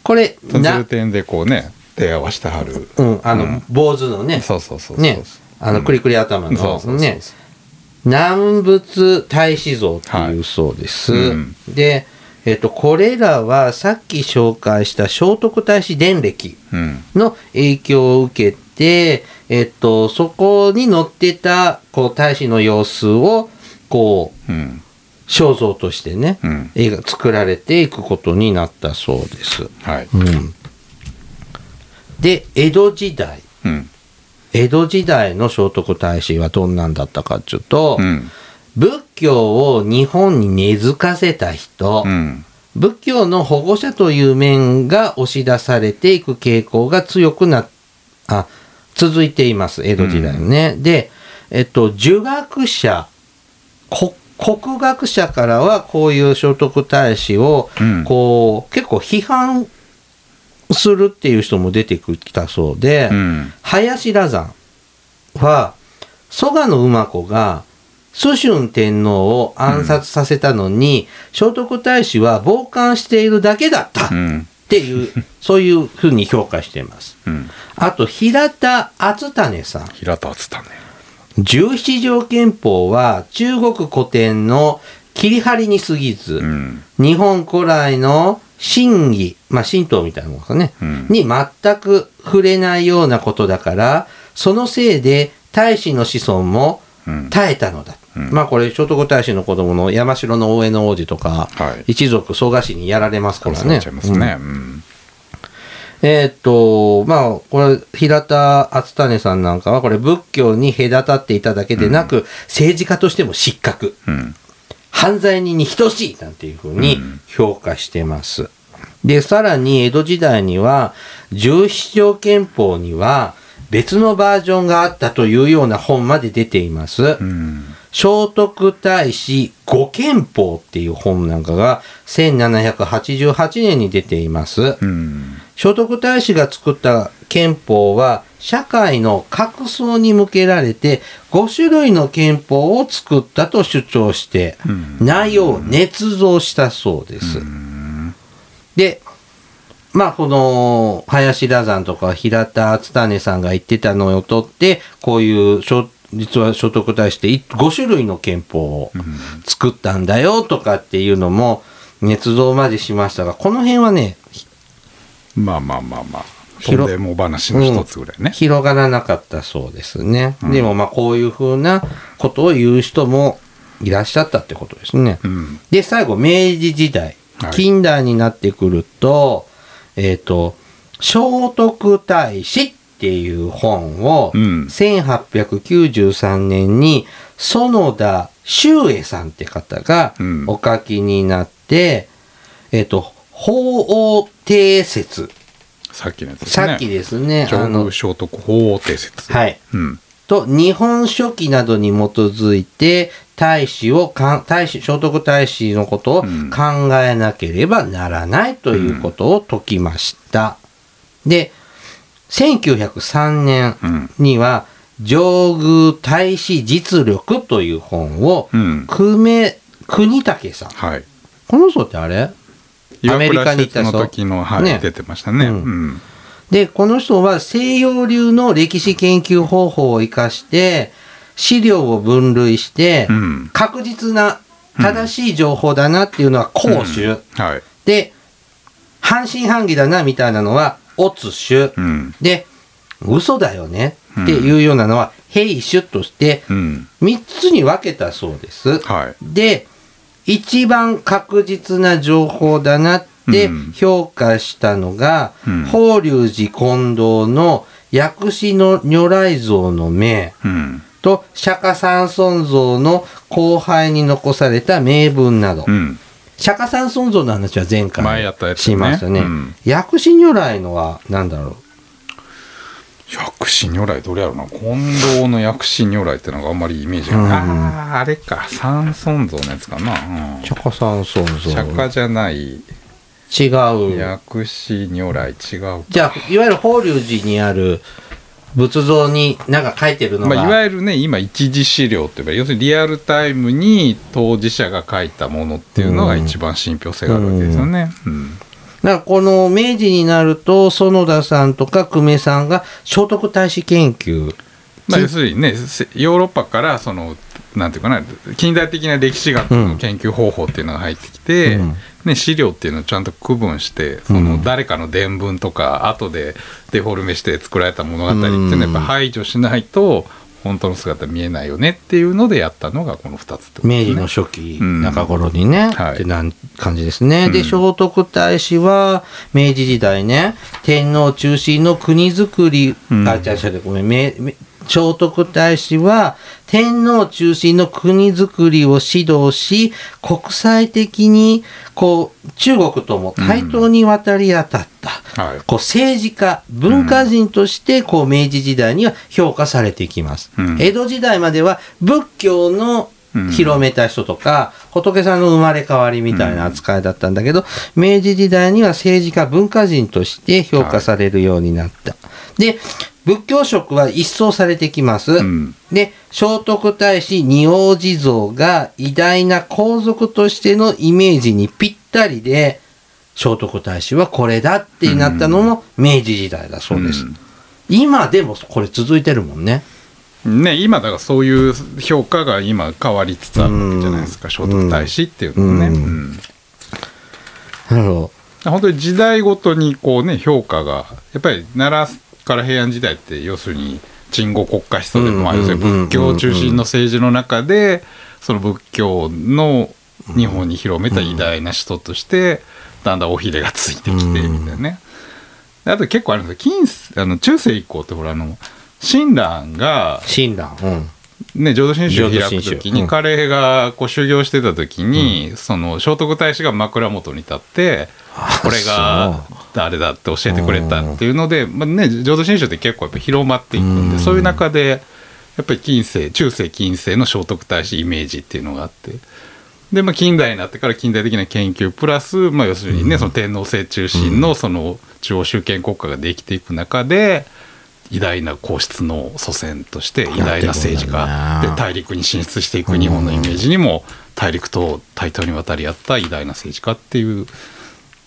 Speaker 1: これ
Speaker 2: うん、と
Speaker 1: な、
Speaker 2: 点でこうね手合わしてはる、
Speaker 1: うん、あの、
Speaker 2: うん
Speaker 1: 坊主のね
Speaker 2: そうそうそうそう
Speaker 1: ねあの
Speaker 2: うん
Speaker 1: くりくり頭
Speaker 2: そうそう
Speaker 1: の
Speaker 2: そうそう
Speaker 1: ね南仏大使像っていうそうです、
Speaker 2: はいうん
Speaker 1: で、えっとこれらはさっき紹介した聖徳太子伝歴
Speaker 2: うん
Speaker 1: の影響を受けて、えっと、そこに載ってた、こう、大使の様子を、こう、
Speaker 2: うん
Speaker 1: 肖像としてね、
Speaker 2: うん
Speaker 1: 映画作られていくことになったそうです。
Speaker 2: はい、
Speaker 1: うん。で、江戸時代。
Speaker 2: うん
Speaker 1: 江戸時代の聖徳太子はどんなんだったかっていうと、
Speaker 2: うん
Speaker 1: 仏教を日本に根付かせた人、
Speaker 2: うん
Speaker 1: 仏教の保護者という面が押し出されていく傾向が強くなあ続いています江戸時代のね。で、えっと、儒学者こ国学者からはこういう聖徳太子を
Speaker 2: うん
Speaker 1: こう、結構批判するっていう人も出てきたそうで、
Speaker 2: うん
Speaker 1: 林羅山は蘇我の馬子が蘇春天皇を暗殺させたのに、聖徳太子は傍観しているだけだったっ
Speaker 2: うん
Speaker 1: ていう、そういうふうに評価しています。
Speaker 2: うん
Speaker 1: あと平田篤胤さん
Speaker 2: 平田敦たね
Speaker 1: 17条憲法は中国古典の切り張りに過ぎず、
Speaker 2: うん
Speaker 1: 日本古来の真偽、まあ、神道みたいなものですかね、
Speaker 2: うん
Speaker 1: に全く触れないようなことだから、そのせいで大使の子孫も
Speaker 2: うん
Speaker 1: 耐えたのだ。
Speaker 2: うん
Speaker 1: まあこれ、聖徳太子の子供の山城の大江の王子とか、
Speaker 2: はい
Speaker 1: 一族蘇我氏にやられますから
Speaker 2: 殺され
Speaker 1: ね。
Speaker 2: ちゃいますねうん
Speaker 1: うんえーっと、まあこれ、平田篤胤さんなんかは、これ仏教に隔たっていただけでなく、政治家としても失格。
Speaker 2: うん
Speaker 1: 犯罪人に等しいなんていうふうに
Speaker 2: うん
Speaker 1: 評価してます。で、さらに江戸時代には、十七条憲法には別のバージョンがあったというような本まで出ています
Speaker 2: う。ん
Speaker 1: 聖徳太子五憲法っていう本なんかが1788年に出ています。
Speaker 2: うん
Speaker 1: 聖徳太子が作った憲法は社会の各層に向けられて5種類の憲法を作ったと主張して
Speaker 2: うん
Speaker 1: 内容を捏造したそうです。でまあこの林羅山とか平田篤胤さんが言ってたのをとってこういう聖実は聖徳太子って5種類の憲法を作ったんだよとかっていうのも捏造までしましたがこの辺はね
Speaker 2: まあまあまあまあとん
Speaker 1: 広
Speaker 2: でも話の一つぐらいね、
Speaker 1: 広がらなかったそうですね。
Speaker 2: うん
Speaker 1: でもまあこういうふうなことを言う人もいらっしゃったってことですね。
Speaker 2: うん
Speaker 1: で、最後、明治時代
Speaker 2: は、い
Speaker 1: 近代になってくると、えっ、と、聖徳太子っていう本を、
Speaker 2: うん
Speaker 1: 1893年に園田修英さんって方が
Speaker 2: うん
Speaker 1: お書きになって、えっ、と、法王定説、
Speaker 2: さっきのやつですね
Speaker 1: さっきですね、あ
Speaker 2: 上
Speaker 1: の
Speaker 2: 宮、聖徳法王定説
Speaker 1: はい。
Speaker 2: うん
Speaker 1: と、日本書紀などに基づいて、大使をかん、大使、聖徳太子のことを
Speaker 2: うん
Speaker 1: 考えなければならないということを説きました。で、1903年
Speaker 2: うん
Speaker 1: には、上宮大使実力という本を、
Speaker 2: うん
Speaker 1: 久米国武さん。
Speaker 2: はい
Speaker 1: この人ってあれア
Speaker 2: 岩
Speaker 1: メリカ
Speaker 2: 倉
Speaker 1: に行
Speaker 2: 施
Speaker 1: った
Speaker 2: 設
Speaker 1: 人
Speaker 2: の時の、はい
Speaker 1: ね
Speaker 2: 出てましたね、
Speaker 1: う
Speaker 2: うんん
Speaker 1: で、この人は西洋流の歴史研究方法を活かして、資料を分類して
Speaker 2: う、ん
Speaker 1: 確実な正しい情報だなっていうのは公主、
Speaker 2: はい、
Speaker 1: で半信半疑だなみたいなのは乙主、
Speaker 2: うん
Speaker 1: で嘘だよねっていうようなのは兵主として
Speaker 2: うん
Speaker 1: 3つに分けたそうです。
Speaker 2: はい
Speaker 1: で一番確実な情報だなって
Speaker 2: うん
Speaker 1: 評価したのが、
Speaker 2: うん
Speaker 1: 法隆寺近藤の薬師の如来像の銘。
Speaker 2: うん
Speaker 1: と釈迦三尊像の後輩に残された名文など、
Speaker 2: うん
Speaker 1: 釈迦三尊像の話は前回
Speaker 2: 前やったやつね
Speaker 1: しましたね
Speaker 2: うん
Speaker 1: 薬師如来のは何だろ
Speaker 2: 薬師如来どれやろうな近藤の薬師如来ってのがあんまりイメージがない、
Speaker 1: うん
Speaker 2: あああれか三尊像のやつかな、うん
Speaker 1: う釈迦三尊像
Speaker 2: 釈迦じゃない
Speaker 1: 違う。
Speaker 2: 薬師如来違う
Speaker 1: じゃあ、いわゆる法隆寺にある仏像に何か書いてるのが、
Speaker 2: まあ、いわゆるね今一次資料っていうか要するにリアルタイムに当事者が書いたものっていうのが一番信憑性があるわけですよね。うん
Speaker 1: だからこの明治になると、園田さんとか久米さんが聖徳太子研究。
Speaker 2: まあ、要するにねせヨーロッパからそのなんていうかな近代的な歴史学の研究方法っていうのが入ってきて、
Speaker 1: うん
Speaker 2: ね、資料っていうのをちゃんと区分してその誰かの伝聞とか後でデフォルメして作られた物語っていうのはやっぱ排除しないと本当の姿見えないよねっていうのでやったのがこの2つってこと
Speaker 1: 明
Speaker 2: です
Speaker 1: 治
Speaker 2: ね
Speaker 1: の。初期
Speaker 2: うん
Speaker 1: 中頃にね、
Speaker 2: はい
Speaker 1: ってな感じですね。
Speaker 2: う
Speaker 1: で、
Speaker 2: ん
Speaker 1: 聖徳太子は明治時代ね、天皇中心の国づくり、
Speaker 2: うん
Speaker 1: あ、違う違う、ごめん、めめ聖徳太子は天皇中心の国づくりを指導し、国際的にこう中国とも対等に渡り当たった。
Speaker 2: はい
Speaker 1: こう政治家、文化人としてこう明治時代には評価されていきます。
Speaker 2: うん
Speaker 1: 江戸時代までは仏教の広めた人とか、仏さんの生まれ変わりみたいな扱いだったんだけど、明治時代には政治家、文化人として評価されるようになった。で、仏教色は一掃されてきます。
Speaker 2: うん
Speaker 1: で、聖徳太子仁王地蔵が偉大な皇族としてのイメージにぴったりで、聖徳太子はこれだってなったのも明治時代だそうです。
Speaker 2: うん
Speaker 1: 今でもこれ続いてるもんね。
Speaker 2: ね、今だからそういう評価が今変わりつつあるわけじゃないです
Speaker 1: う
Speaker 2: か
Speaker 1: ん
Speaker 2: 聖徳太子っていうのはね、
Speaker 1: うん
Speaker 2: うん
Speaker 1: なるほ
Speaker 2: 本当に時代ごとにこうね評価がやっぱり奈良から平安時代って要するに鎮護国家思想で、
Speaker 1: うんうんうん
Speaker 2: まあ、要するに仏教中心の政治の中でその仏教の日本に広めた偉大な人としてだんだん尾ひれがついてきてみたいなね。であと結構あるんですよ近あの中世以降ってほらあの親鸞が
Speaker 1: ど。親鸞。うん。
Speaker 2: ね、浄土真宗を
Speaker 1: 浄土
Speaker 2: 開
Speaker 1: 真
Speaker 2: く
Speaker 1: 宗
Speaker 2: 時に、
Speaker 1: うん
Speaker 2: 彼がこう修行してた時に、その聖徳太子が枕元に立ってこれが誰だって教えてくれたっていうので、まあね、浄土真宗って結構やっぱ広まっていくんで、
Speaker 1: うん
Speaker 2: そういう中でやっぱり近世中世近世の聖徳太子イメージっていうのがあって。でまあ、近代になってから近代的な研究プラス、まあ、要するにね、その天皇制中心のその中央集権国家ができていく中で偉大な皇室の祖先として偉大な政治
Speaker 1: なってくんだね
Speaker 2: 家で大陸に進出していく日本のイメージにも大陸と対等に渡り合った偉大な政治家っていう、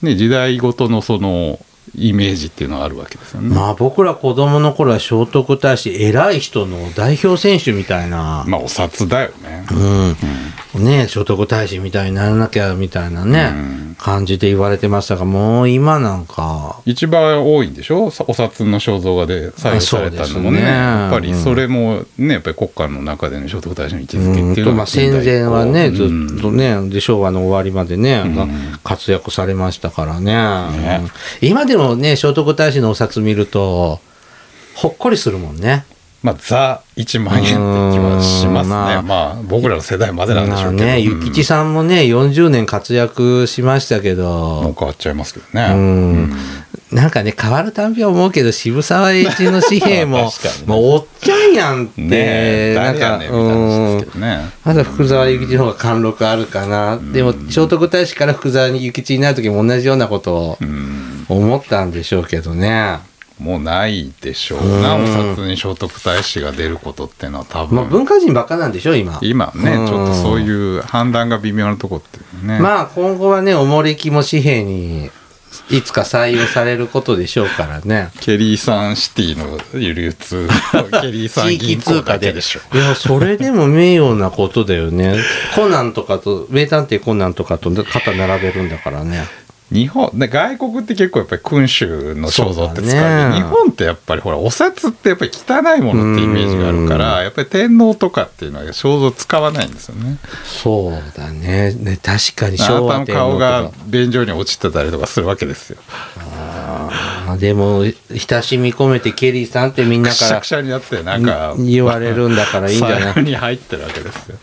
Speaker 2: ね、時代ごとのそのイメージっていうのがあるわけですよね。ま
Speaker 1: まあ僕ら子供の頃は聖徳太子偉い人の代表選手みたいな。
Speaker 2: あお札だよね。
Speaker 1: うん。ね聖徳太子みたいにならなきゃみたいなね、
Speaker 2: うん
Speaker 1: 感じで言われてましたが、もう今なんか、
Speaker 2: 一番多いんでしょお札の肖像画で採用されたのもね
Speaker 1: あそうですね
Speaker 2: やっぱりそれもねやっぱり国家の中での聖徳太子の位置づけっていうの
Speaker 1: ま
Speaker 2: が
Speaker 1: あ戦前はね、ず
Speaker 2: うん
Speaker 1: っとね、で昭和の終わりまでね、活躍されましたからね。
Speaker 2: ね
Speaker 1: 今でもね、聖徳太子のお札見ると、ほっこりするもんね。
Speaker 2: まあ、ザ1万円って気はしますね。
Speaker 1: うんまあ
Speaker 2: まあ、僕らの世代までなんでしょうけど。
Speaker 1: まあね、
Speaker 2: うん
Speaker 1: ゆきちさんもね、40年活躍しましたけ
Speaker 2: もう
Speaker 1: ど、
Speaker 2: 変わっちゃいますけどね。
Speaker 1: うん
Speaker 2: うん
Speaker 1: なんかね、変わるたんび思うけど、渋沢栄一の紙幣も
Speaker 2: 確か、にね
Speaker 1: もうおっちゃんやんって、
Speaker 2: ねえ、
Speaker 1: なん
Speaker 2: 誰や
Speaker 1: か、
Speaker 2: ねんみたいな話
Speaker 1: うん
Speaker 2: ですけどね。
Speaker 1: まだ福沢諭吉の方が貫禄あるかな。でも、聖徳太子から福沢諭吉になる時も同じようなことを
Speaker 2: うん
Speaker 1: 思ったんでしょうけどね。
Speaker 2: もうないでしょうな、お札に聖徳太子が出ることってのは多
Speaker 1: まあ、
Speaker 2: 分、
Speaker 1: 文化人ばっかなんでしょ、今。
Speaker 2: 今ね、
Speaker 1: うん
Speaker 2: ちょっとそういう判断が微妙なとこっていうね。
Speaker 1: まあ、今後はね、おもれきも紙幣に、いつか採用されることでしょうからね。
Speaker 2: ケリーさんシティの流通、ケリーさん
Speaker 1: 地域
Speaker 2: 銀行
Speaker 1: 通
Speaker 2: だ
Speaker 1: 貨
Speaker 2: け
Speaker 1: で。
Speaker 2: でしょ。
Speaker 1: いや、それでも名誉なことだよね。 コナンとかと、名探偵コナンとかと肩並べるんだからね。
Speaker 2: 日本で外国って結構やっぱり君主の肖像っ
Speaker 1: そうだ
Speaker 2: て使うけど
Speaker 1: ね
Speaker 2: 日本ってやっぱりほらお札ってやっぱり汚いものってイメージがあるからやっぱり天皇とかっていうのは肖像使わないんですよね。
Speaker 1: そうだね。ね、確かに
Speaker 2: あ
Speaker 1: 昭和
Speaker 2: なたの
Speaker 1: 天皇
Speaker 2: 顔
Speaker 1: と
Speaker 2: が
Speaker 1: か。
Speaker 2: 便所に落ちてたりとかするわけですよ。
Speaker 1: あでも、親しみ込めてケリーさんってみん
Speaker 2: く
Speaker 1: な
Speaker 2: しゃ
Speaker 1: か
Speaker 2: くしゃになってなん
Speaker 1: ら
Speaker 2: か
Speaker 1: ん言われるんだからいいんじゃ
Speaker 2: 財布
Speaker 1: ない
Speaker 2: に入ってるわけですよ。、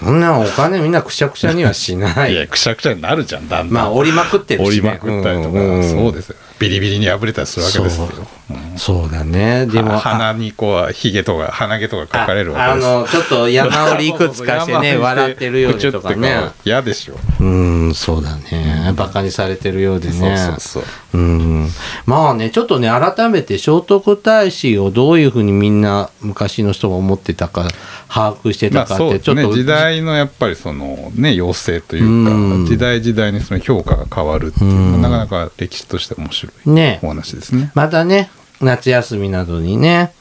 Speaker 1: そんなんお金みんなくしゃくしゃにはしないい。
Speaker 2: やくしゃくしゃになるじゃんだんだん。
Speaker 1: まあ、折りまくってるし、
Speaker 2: 折り
Speaker 1: ね。
Speaker 2: まくったりとか、
Speaker 1: うんうんうん
Speaker 2: そうですよビリビリに破れたりするわけですよ
Speaker 1: そうそうだね。でも、
Speaker 2: は
Speaker 1: あ
Speaker 2: 鼻にこうひげとか鼻毛とか描かれるわ
Speaker 1: あ
Speaker 2: けです
Speaker 1: の、ちょっと山折りいくつかして ね、笑ってるようで とかね。
Speaker 2: 嫌でしょ、
Speaker 1: うん、そうだね。バカにされてるようでね。
Speaker 2: そうそうそう
Speaker 1: うん、まあねちょっとね改めて聖徳太子をどういうふうにみんな昔の人が思ってたか把握してた
Speaker 2: まあ
Speaker 1: かっ
Speaker 2: そう
Speaker 1: て
Speaker 2: で
Speaker 1: ちょ
Speaker 2: す
Speaker 1: っと、
Speaker 2: ね時代のやっぱりそのね要請というか、
Speaker 1: うん
Speaker 2: 時代時代にその評価が変わるっていうのはなかなか歴史として面白い
Speaker 1: ね
Speaker 2: お話ですね
Speaker 1: またね夏休みなどにね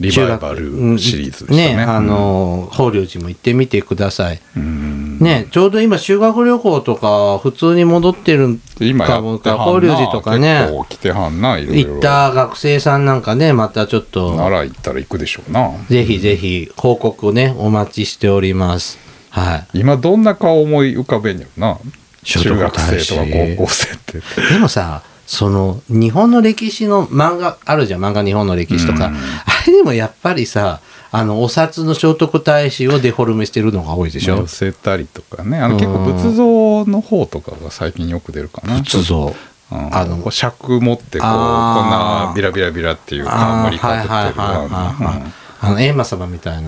Speaker 2: リバイバルシリーズでしたね
Speaker 1: ねあの法隆寺も行ってみてください、
Speaker 2: うん
Speaker 1: ねちょうど今修学旅行とか普通に戻ってる
Speaker 2: 今や
Speaker 1: か
Speaker 2: っ
Speaker 1: も
Speaker 2: てはんな
Speaker 1: 法隆寺とかね
Speaker 2: 結構来てはんないろいろ
Speaker 1: 行った学生さんなんかねまたちょっと
Speaker 2: なら行ったら行くでしょうな
Speaker 1: ぜひぜひ報告をねお待ちしておりますはい
Speaker 2: 今どんな顔思い浮かべんやろな
Speaker 1: 聖
Speaker 2: 中
Speaker 1: 徳
Speaker 2: 学
Speaker 1: 太子
Speaker 2: 生とか高校生って
Speaker 1: でもさ、その日本の歴史の漫画あるじゃん、漫画日本の歴史とか。
Speaker 2: うん
Speaker 1: あれでもやっぱりさ、あの、お札の聖徳太子をデフォルメしてるのが多いでしょ
Speaker 2: 寄。せたりとかねあの
Speaker 1: うん
Speaker 2: 結構仏像の方とかが最近よく出るかな
Speaker 1: 仏像。
Speaker 2: うん
Speaker 1: あの
Speaker 2: こう尺持ってこうこん
Speaker 1: あー
Speaker 2: なビラビラビラっていう
Speaker 1: あ
Speaker 2: 冠
Speaker 1: ー
Speaker 2: か
Speaker 1: はい
Speaker 2: ぶってる
Speaker 1: はい
Speaker 2: よう
Speaker 1: はいはい
Speaker 2: なうん
Speaker 1: はい。あの、エーマ様みたいな。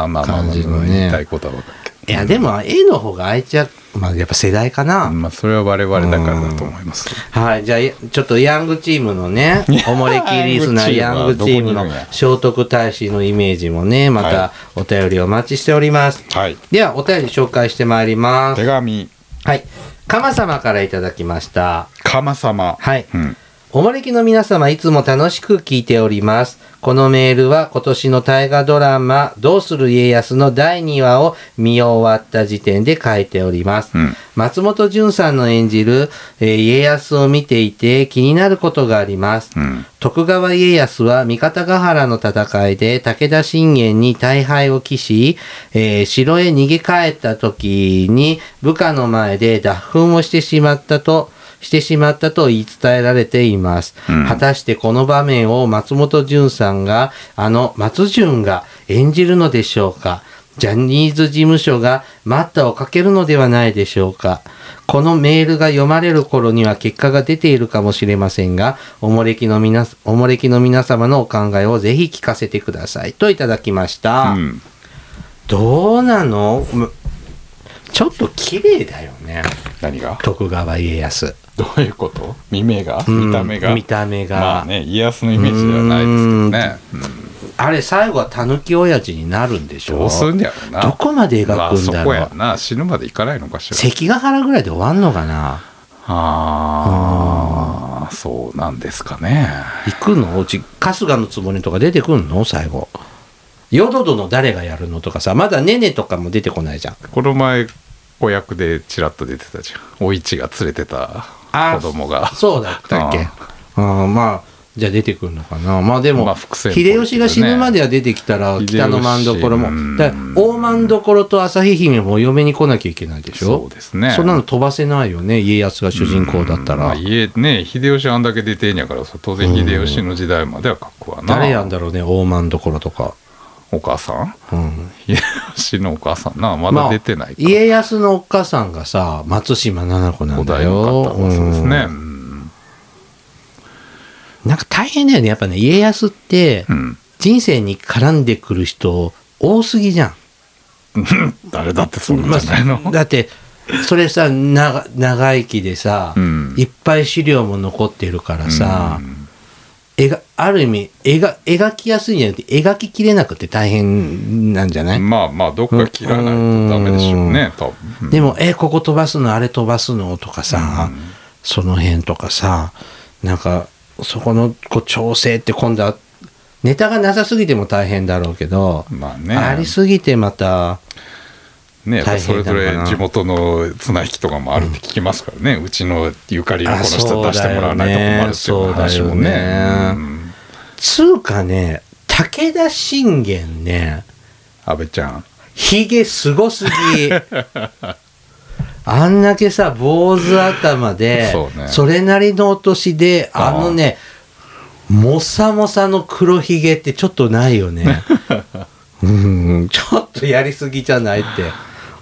Speaker 2: あーまあまあまあ
Speaker 1: 感じのね
Speaker 2: 言いたいことは分かるけ
Speaker 1: いや、でも、絵の方が愛着、まあ、やっぱ世代かな。
Speaker 2: どまあそれは我々だからだと思います
Speaker 1: はい、じゃあ、やちょっとヤングチームの ね、おもれきリスナーヤ
Speaker 2: ヤ
Speaker 1: ン
Speaker 2: ン
Speaker 1: グチ
Speaker 2: グチ
Speaker 1: ー
Speaker 2: ー
Speaker 1: ム
Speaker 2: ムは
Speaker 1: の
Speaker 2: どこにいるんや
Speaker 1: 聖徳太子のイメージもね、また
Speaker 2: は
Speaker 1: お便りお待ちしております。
Speaker 2: はい
Speaker 1: では、お便り紹介してまいります
Speaker 2: 手。紙
Speaker 1: はい。かま様からいただきました。
Speaker 2: 鎌様
Speaker 1: はい
Speaker 2: うん
Speaker 1: おもれきの皆様、いつも楽しく聞いております。このメールは今年の大河ドラマ、どうする家康の第2話を見終わった時点で書いております。
Speaker 2: うん
Speaker 1: 松本潤さんの演じる、えー家康を見ていて気になることがあります。
Speaker 2: うん
Speaker 1: 徳川家康は三方ヶ原の戦いで武田信玄に大敗を期し、えー城へ逃げ帰った時に部下の前で脱粉をしてしまったと、してしまったと言い伝えられています。
Speaker 2: うん
Speaker 1: 果たしてこの場面を松本潤さんが、あの松潤が演じるのでしょうかジャニーズ事務所が待ったをかけるのではないでしょうか。このメールが読まれる頃には結果が出ているかもしれませんが、おもれきの皆さ、おもれきの皆様のお考えをぜひ聞かせてください。といただきました。
Speaker 2: うん
Speaker 1: どうなのむちょっと綺麗だよね。
Speaker 2: 何が
Speaker 1: 徳川家康。
Speaker 2: どういうこと見目が
Speaker 1: うん
Speaker 2: 見た目が
Speaker 1: 見た目が
Speaker 2: まあね家康のイメージではないですけどね
Speaker 1: あれ、最後は狸親父になるんでし
Speaker 2: うん
Speaker 1: ょ
Speaker 2: どうすんやろうな
Speaker 1: どこまで描くんだろう
Speaker 2: まあ、そこやな死ぬまでいかないのかしら
Speaker 1: 関ヶ原ぐらいで終わんのかな
Speaker 2: ああそうなんですかね
Speaker 1: 行くのうち春日のつぼねとか出てくんの最後ヨドドの誰がやるのとかさまだねねとかも出てこないじゃん
Speaker 2: この前子役でちらっと出てたじゃんお市が連れてた
Speaker 1: あ
Speaker 2: 子供が
Speaker 1: そうだったっけ
Speaker 2: あ
Speaker 1: ああまあじゃあ出てくるのかなまあでも、
Speaker 2: まあ伏線っぽいけどね
Speaker 1: 秀吉が死ぬまでは出てきたら
Speaker 2: 秀吉
Speaker 1: 北の万所
Speaker 2: う
Speaker 1: も
Speaker 2: ん
Speaker 1: だから大万所と旭姫もお嫁に来なきゃいけないでしょ
Speaker 2: そうですね
Speaker 1: そんなの飛ばせないよね家康が主人公だった
Speaker 2: ま
Speaker 1: ら
Speaker 2: あ、家ね秀吉あんだけ出てんやから当然秀吉の時代まではかっこはな
Speaker 1: 誰やんだろうね大万所とか、
Speaker 2: お母さん
Speaker 1: うん、
Speaker 2: 秀吉のお母さんなまだ出てないか
Speaker 1: まあ家康のお母さんがさ松島菜々子な
Speaker 2: お
Speaker 1: んだ
Speaker 2: 題の
Speaker 1: よ
Speaker 2: 方はそうですね
Speaker 1: うんなんか大変だよねやっぱね家康って
Speaker 2: うん
Speaker 1: 人生に絡んでくる人多すぎじゃん、
Speaker 2: 誰だってそうなんじゃないの、
Speaker 1: だってそれさ長長生きでさ、
Speaker 2: うん
Speaker 1: いっぱい資料も残ってるからさ、
Speaker 2: うん
Speaker 1: 絵がある意味絵が描きやすいんじゃなくて描ききれなくて大変なんじゃない、
Speaker 2: まあまあどっか切らないとダメでしょうね多分
Speaker 1: でも、え、ここ飛ばすの、あれ飛ばすのとかさ、その辺とかさ、なんか、そこのこう調整って今度は、ネタがなさすぎても大変だろうけど、
Speaker 2: まあね
Speaker 1: ありすぎてまた、
Speaker 2: ねやっぱそれ
Speaker 1: 大変な
Speaker 2: ぞれ
Speaker 1: のかな
Speaker 2: 地元の綱引きとかもあるって聞きますからね、うちのゆかりのこの
Speaker 1: あそ
Speaker 2: 人
Speaker 1: うだよね
Speaker 2: 出してもらわないと困るっていう話もね
Speaker 1: そうだよね
Speaker 2: うん
Speaker 1: つうかね、武田信玄ね、
Speaker 2: 安倍ちゃん
Speaker 1: ひげすごすぎ。あんだけさ、坊主頭で、
Speaker 2: そうね
Speaker 1: れなりのお年で、あのね、もさもさの黒ひげってちょっとないよね。うん、ちょっとやりすぎじゃないって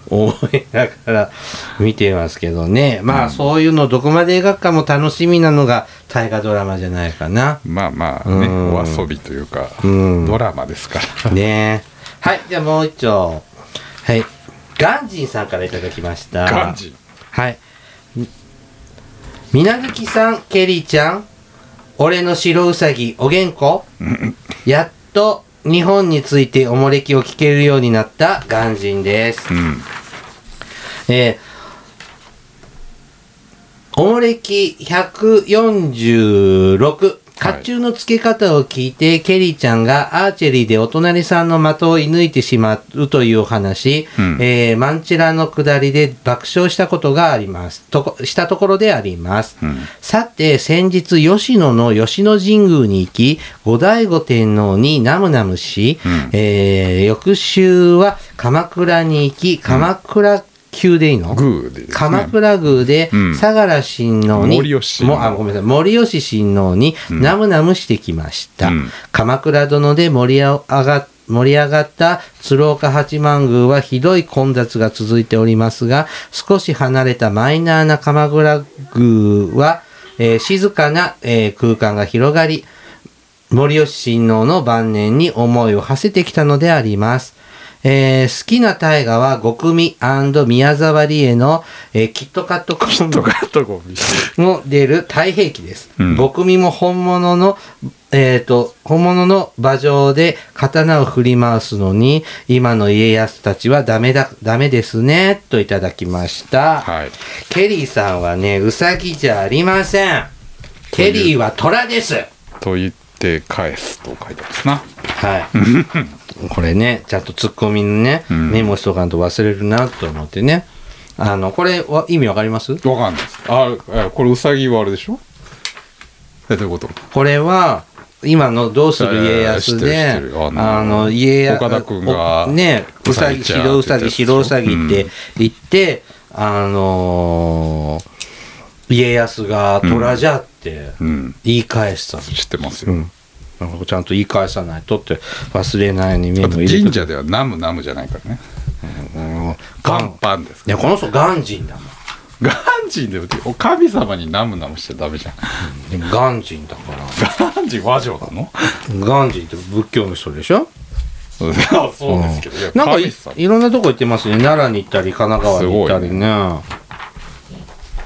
Speaker 1: 思いながら見てますけどね。まあ、そういうのどこまで描くかも楽しみなのが大河ドラマじゃないかな。
Speaker 2: まあまあね、
Speaker 1: うん
Speaker 2: お遊びというか、
Speaker 1: うん
Speaker 2: ドラマですから。
Speaker 1: ねえ。はい、じゃあもう一丁。はい。ガンジンさんからいただきました。
Speaker 2: ガンジン
Speaker 1: はい。みなずきさん、ケリーちゃん、俺の白うさぎ、おげんこ、やっと日本についておもれきを聞けるようになったガンジンです。
Speaker 2: うん。
Speaker 1: えー、おもれき146、甲冑の付け方を聞いて、ケリーちゃんがアーチェリーでお隣さんの的を射抜いてしまうというお話、
Speaker 2: うん
Speaker 1: えーマンチラの下りで爆笑したことがあります。とこしたところであります。
Speaker 2: うん
Speaker 1: さて、先日、吉野の吉野神宮に行き、後醍醐天皇にナムナムし、
Speaker 2: うん
Speaker 1: えー翌週は鎌倉に行き、鎌倉宮でいいの、
Speaker 2: グーでですね。
Speaker 1: 鎌倉宮で
Speaker 2: うん
Speaker 1: 相良親王に、
Speaker 2: 森吉親王
Speaker 1: もあごめんなさい森吉親王に
Speaker 2: うん
Speaker 1: ナムナムしてきました、
Speaker 2: うん
Speaker 1: 鎌倉殿で盛り上が盛り上がった鶴岡八幡宮はひどい混雑が続いておりますが少し離れたマイナーな鎌倉宮は、えー静かな、えー空間が広がり森吉親王の晩年に思いを馳せてきたのであります。えー好きな大河は極味宮沢りえの、えーキットカットコン
Speaker 2: と
Speaker 1: ボ
Speaker 2: かとこ見て
Speaker 1: も出る太平記です。
Speaker 2: うん
Speaker 1: 極味も本物の、えっ、と、本物の馬上で刀を振り回すのに、今の家康たちはダメだ、ダメですね、といただきました。
Speaker 2: はい。
Speaker 1: ケリーさんはね、うさぎじゃありません。ケリーは虎です。
Speaker 2: と言って返すと書いてますな。
Speaker 1: はい。 これね、ちゃんとツッコミのね、
Speaker 2: うん
Speaker 1: メモしとかんと忘れるなと思ってね。あの、これは意味わかります
Speaker 2: わかんないです。あ、えこれウサギはあれでしょえ、どういうこと
Speaker 1: これは今の「どうする家康
Speaker 2: いやいや知って
Speaker 1: で
Speaker 2: る知って」るあの
Speaker 1: あの家康
Speaker 2: 岡田君が
Speaker 1: おねう
Speaker 2: う
Speaker 1: さ
Speaker 2: さぎ
Speaker 1: ぎ
Speaker 2: ちゃん
Speaker 1: 白うさぎ白うさ
Speaker 2: って言ったやつで
Speaker 1: ぎ
Speaker 2: しょ
Speaker 1: って言って、あのー家康が虎じゃって
Speaker 2: うん。
Speaker 1: 言い返したの、
Speaker 2: 知ってます
Speaker 1: う
Speaker 2: よ。
Speaker 1: んなんかちゃんと言い返さないとって忘れないように目
Speaker 2: あ
Speaker 1: も
Speaker 2: と
Speaker 1: 入れて
Speaker 2: 神社ではナムナムじゃないからね。
Speaker 1: うんガ
Speaker 2: ガ
Speaker 1: ン
Speaker 2: ンパンです
Speaker 1: いやこの人ガンジンだもん
Speaker 2: ガンジンでお神様にナムナムしちゃダメじゃん。
Speaker 1: でもガンジンだから
Speaker 2: ガンジン和上なの
Speaker 1: ガンジンって仏教の人でしょ
Speaker 2: そうですけどいや。
Speaker 1: なんかい
Speaker 2: 神様
Speaker 1: いろんなとこ行ってますね奈良に行ったり神奈川に行ったりね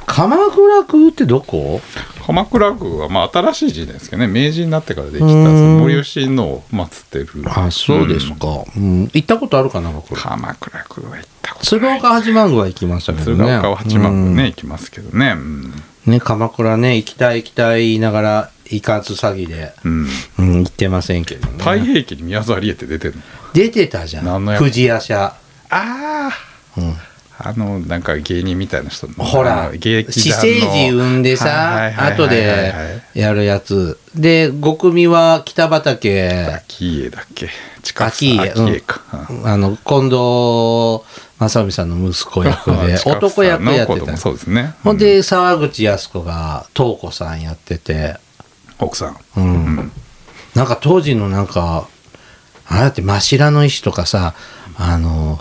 Speaker 1: 鎌倉宮ってどこ
Speaker 2: 鎌倉宮は、まあ、新しい時代ですけどね明治になってからできた
Speaker 1: う
Speaker 2: そ
Speaker 1: ーん
Speaker 2: の森吉のを祀ってるん
Speaker 1: か、うん行ったことあるかな僕
Speaker 2: 鎌倉宮は行ったこと
Speaker 1: 鶴岡八幡宮は行きましたけど
Speaker 2: 鶴
Speaker 1: ね
Speaker 2: 岡は八幡宮ね行きますけどねうん、
Speaker 1: うんね鎌倉ね行きたい行きたい言いながらいかず詐欺で、
Speaker 2: うん、
Speaker 1: うん、行ってませんけど
Speaker 2: 太
Speaker 1: ね
Speaker 2: 平記に宮沢りえって出てるの
Speaker 1: 出てたじゃ
Speaker 2: 何
Speaker 1: ん
Speaker 2: の役
Speaker 1: 藤屋社、
Speaker 2: あ
Speaker 1: うん
Speaker 2: ああのなんか芸人みたいな人の
Speaker 1: ほ
Speaker 2: あ
Speaker 1: ら
Speaker 2: の、
Speaker 1: 私
Speaker 2: 芸
Speaker 1: 生
Speaker 2: 妓団の
Speaker 1: 児産んで
Speaker 2: は
Speaker 1: さ
Speaker 2: い、はいはい
Speaker 1: 後
Speaker 2: はい
Speaker 1: で
Speaker 2: はいはい
Speaker 1: やるやつ。で、五組は北畑、
Speaker 2: 秋家だっけ近く
Speaker 1: 秋家うん
Speaker 2: 秋家か、うん
Speaker 1: あの、近藤正美さんの息子役で、
Speaker 2: 近く
Speaker 1: 男役やって
Speaker 2: の子
Speaker 1: た
Speaker 2: 供。そうですね
Speaker 1: ほんで、沢口靖子が、東子さんやってて、
Speaker 2: 奥さん
Speaker 1: うん。なんか当時のなんか、あれだって、柱の石とかさ、あの、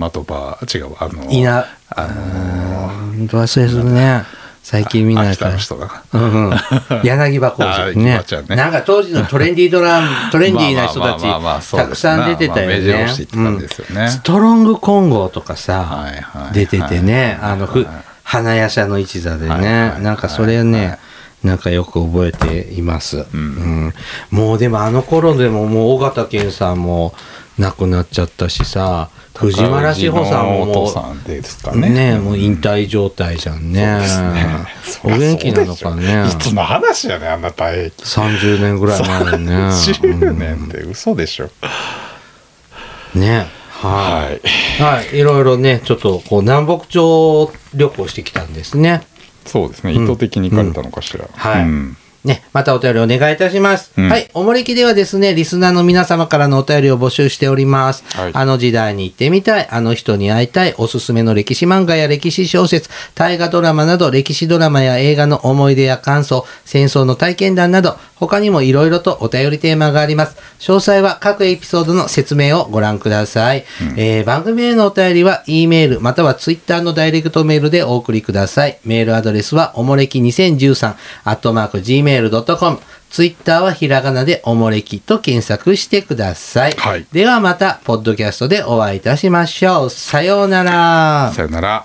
Speaker 2: 的場違うあの
Speaker 1: いな、
Speaker 2: あの
Speaker 1: 忘れするね。最近見ない
Speaker 2: 秋
Speaker 1: か
Speaker 2: 田
Speaker 1: ら
Speaker 2: の。人が
Speaker 1: うんうん、柳葉浩二
Speaker 2: あー
Speaker 1: ね
Speaker 2: 葉ちゃんね
Speaker 1: なんか当時のトレンディードラントレンディーな人た
Speaker 2: まあまあまあまあ
Speaker 1: ち
Speaker 2: そう
Speaker 1: た
Speaker 2: で
Speaker 1: く
Speaker 2: すね
Speaker 1: さん出てたよね,、
Speaker 2: まあ目白押しって言ってたんですよね
Speaker 1: うんストロング金剛とかさ、
Speaker 2: はいはいはい
Speaker 1: 出ててねあのふ、
Speaker 2: はい
Speaker 1: 花屋社の一座でね、
Speaker 2: はいはい
Speaker 1: なんかそれね、
Speaker 2: はい
Speaker 1: なんかよく覚えています、うんんもうでもあの頃でももう尾形健さんも亡くなっちゃったしさ藤原志保さんも
Speaker 2: お
Speaker 1: も
Speaker 2: 父
Speaker 1: う
Speaker 2: さんですか
Speaker 1: ね
Speaker 2: ね
Speaker 1: もう引退状態じゃんね。
Speaker 2: そうですね
Speaker 1: お元気なのかね。
Speaker 2: いつの話やねあんな大変
Speaker 1: 30年ぐらい前にね。
Speaker 2: 10年って嘘でしょ、
Speaker 1: うんね。
Speaker 2: は
Speaker 1: はいい。はい。いろいろね、ちょっとこう南北朝旅行してきたんですね。
Speaker 2: そうですね
Speaker 1: ん
Speaker 2: 意図的に行かれたのかしら、
Speaker 1: はい
Speaker 2: うん
Speaker 1: ね、またお便りお願いいたします。
Speaker 2: うん
Speaker 1: はい、おもれきではですね、リスナーの皆様からのお便りを募集しております。
Speaker 2: はい
Speaker 1: あの時代に行ってみたい、あの人に会いたい、おすすめの歴史漫画や歴史小説、大河ドラマなど、歴史ドラマや映画の思い出や感想、戦争の体験談など、他にもいろいろとお便りテーマがあります。詳細は各エピソードの説明をご覧ください。えー番組へのお便りは E メールまたは Twitter のダイレクトメールでお送りください。メールアドレスはおもれき2013 gmail.com ツイッターはひらがなでおもれきと検索してください。
Speaker 2: はい
Speaker 1: ではまた、ポッドキャストでお会いいたしましょう。さようなら。
Speaker 2: さよなら。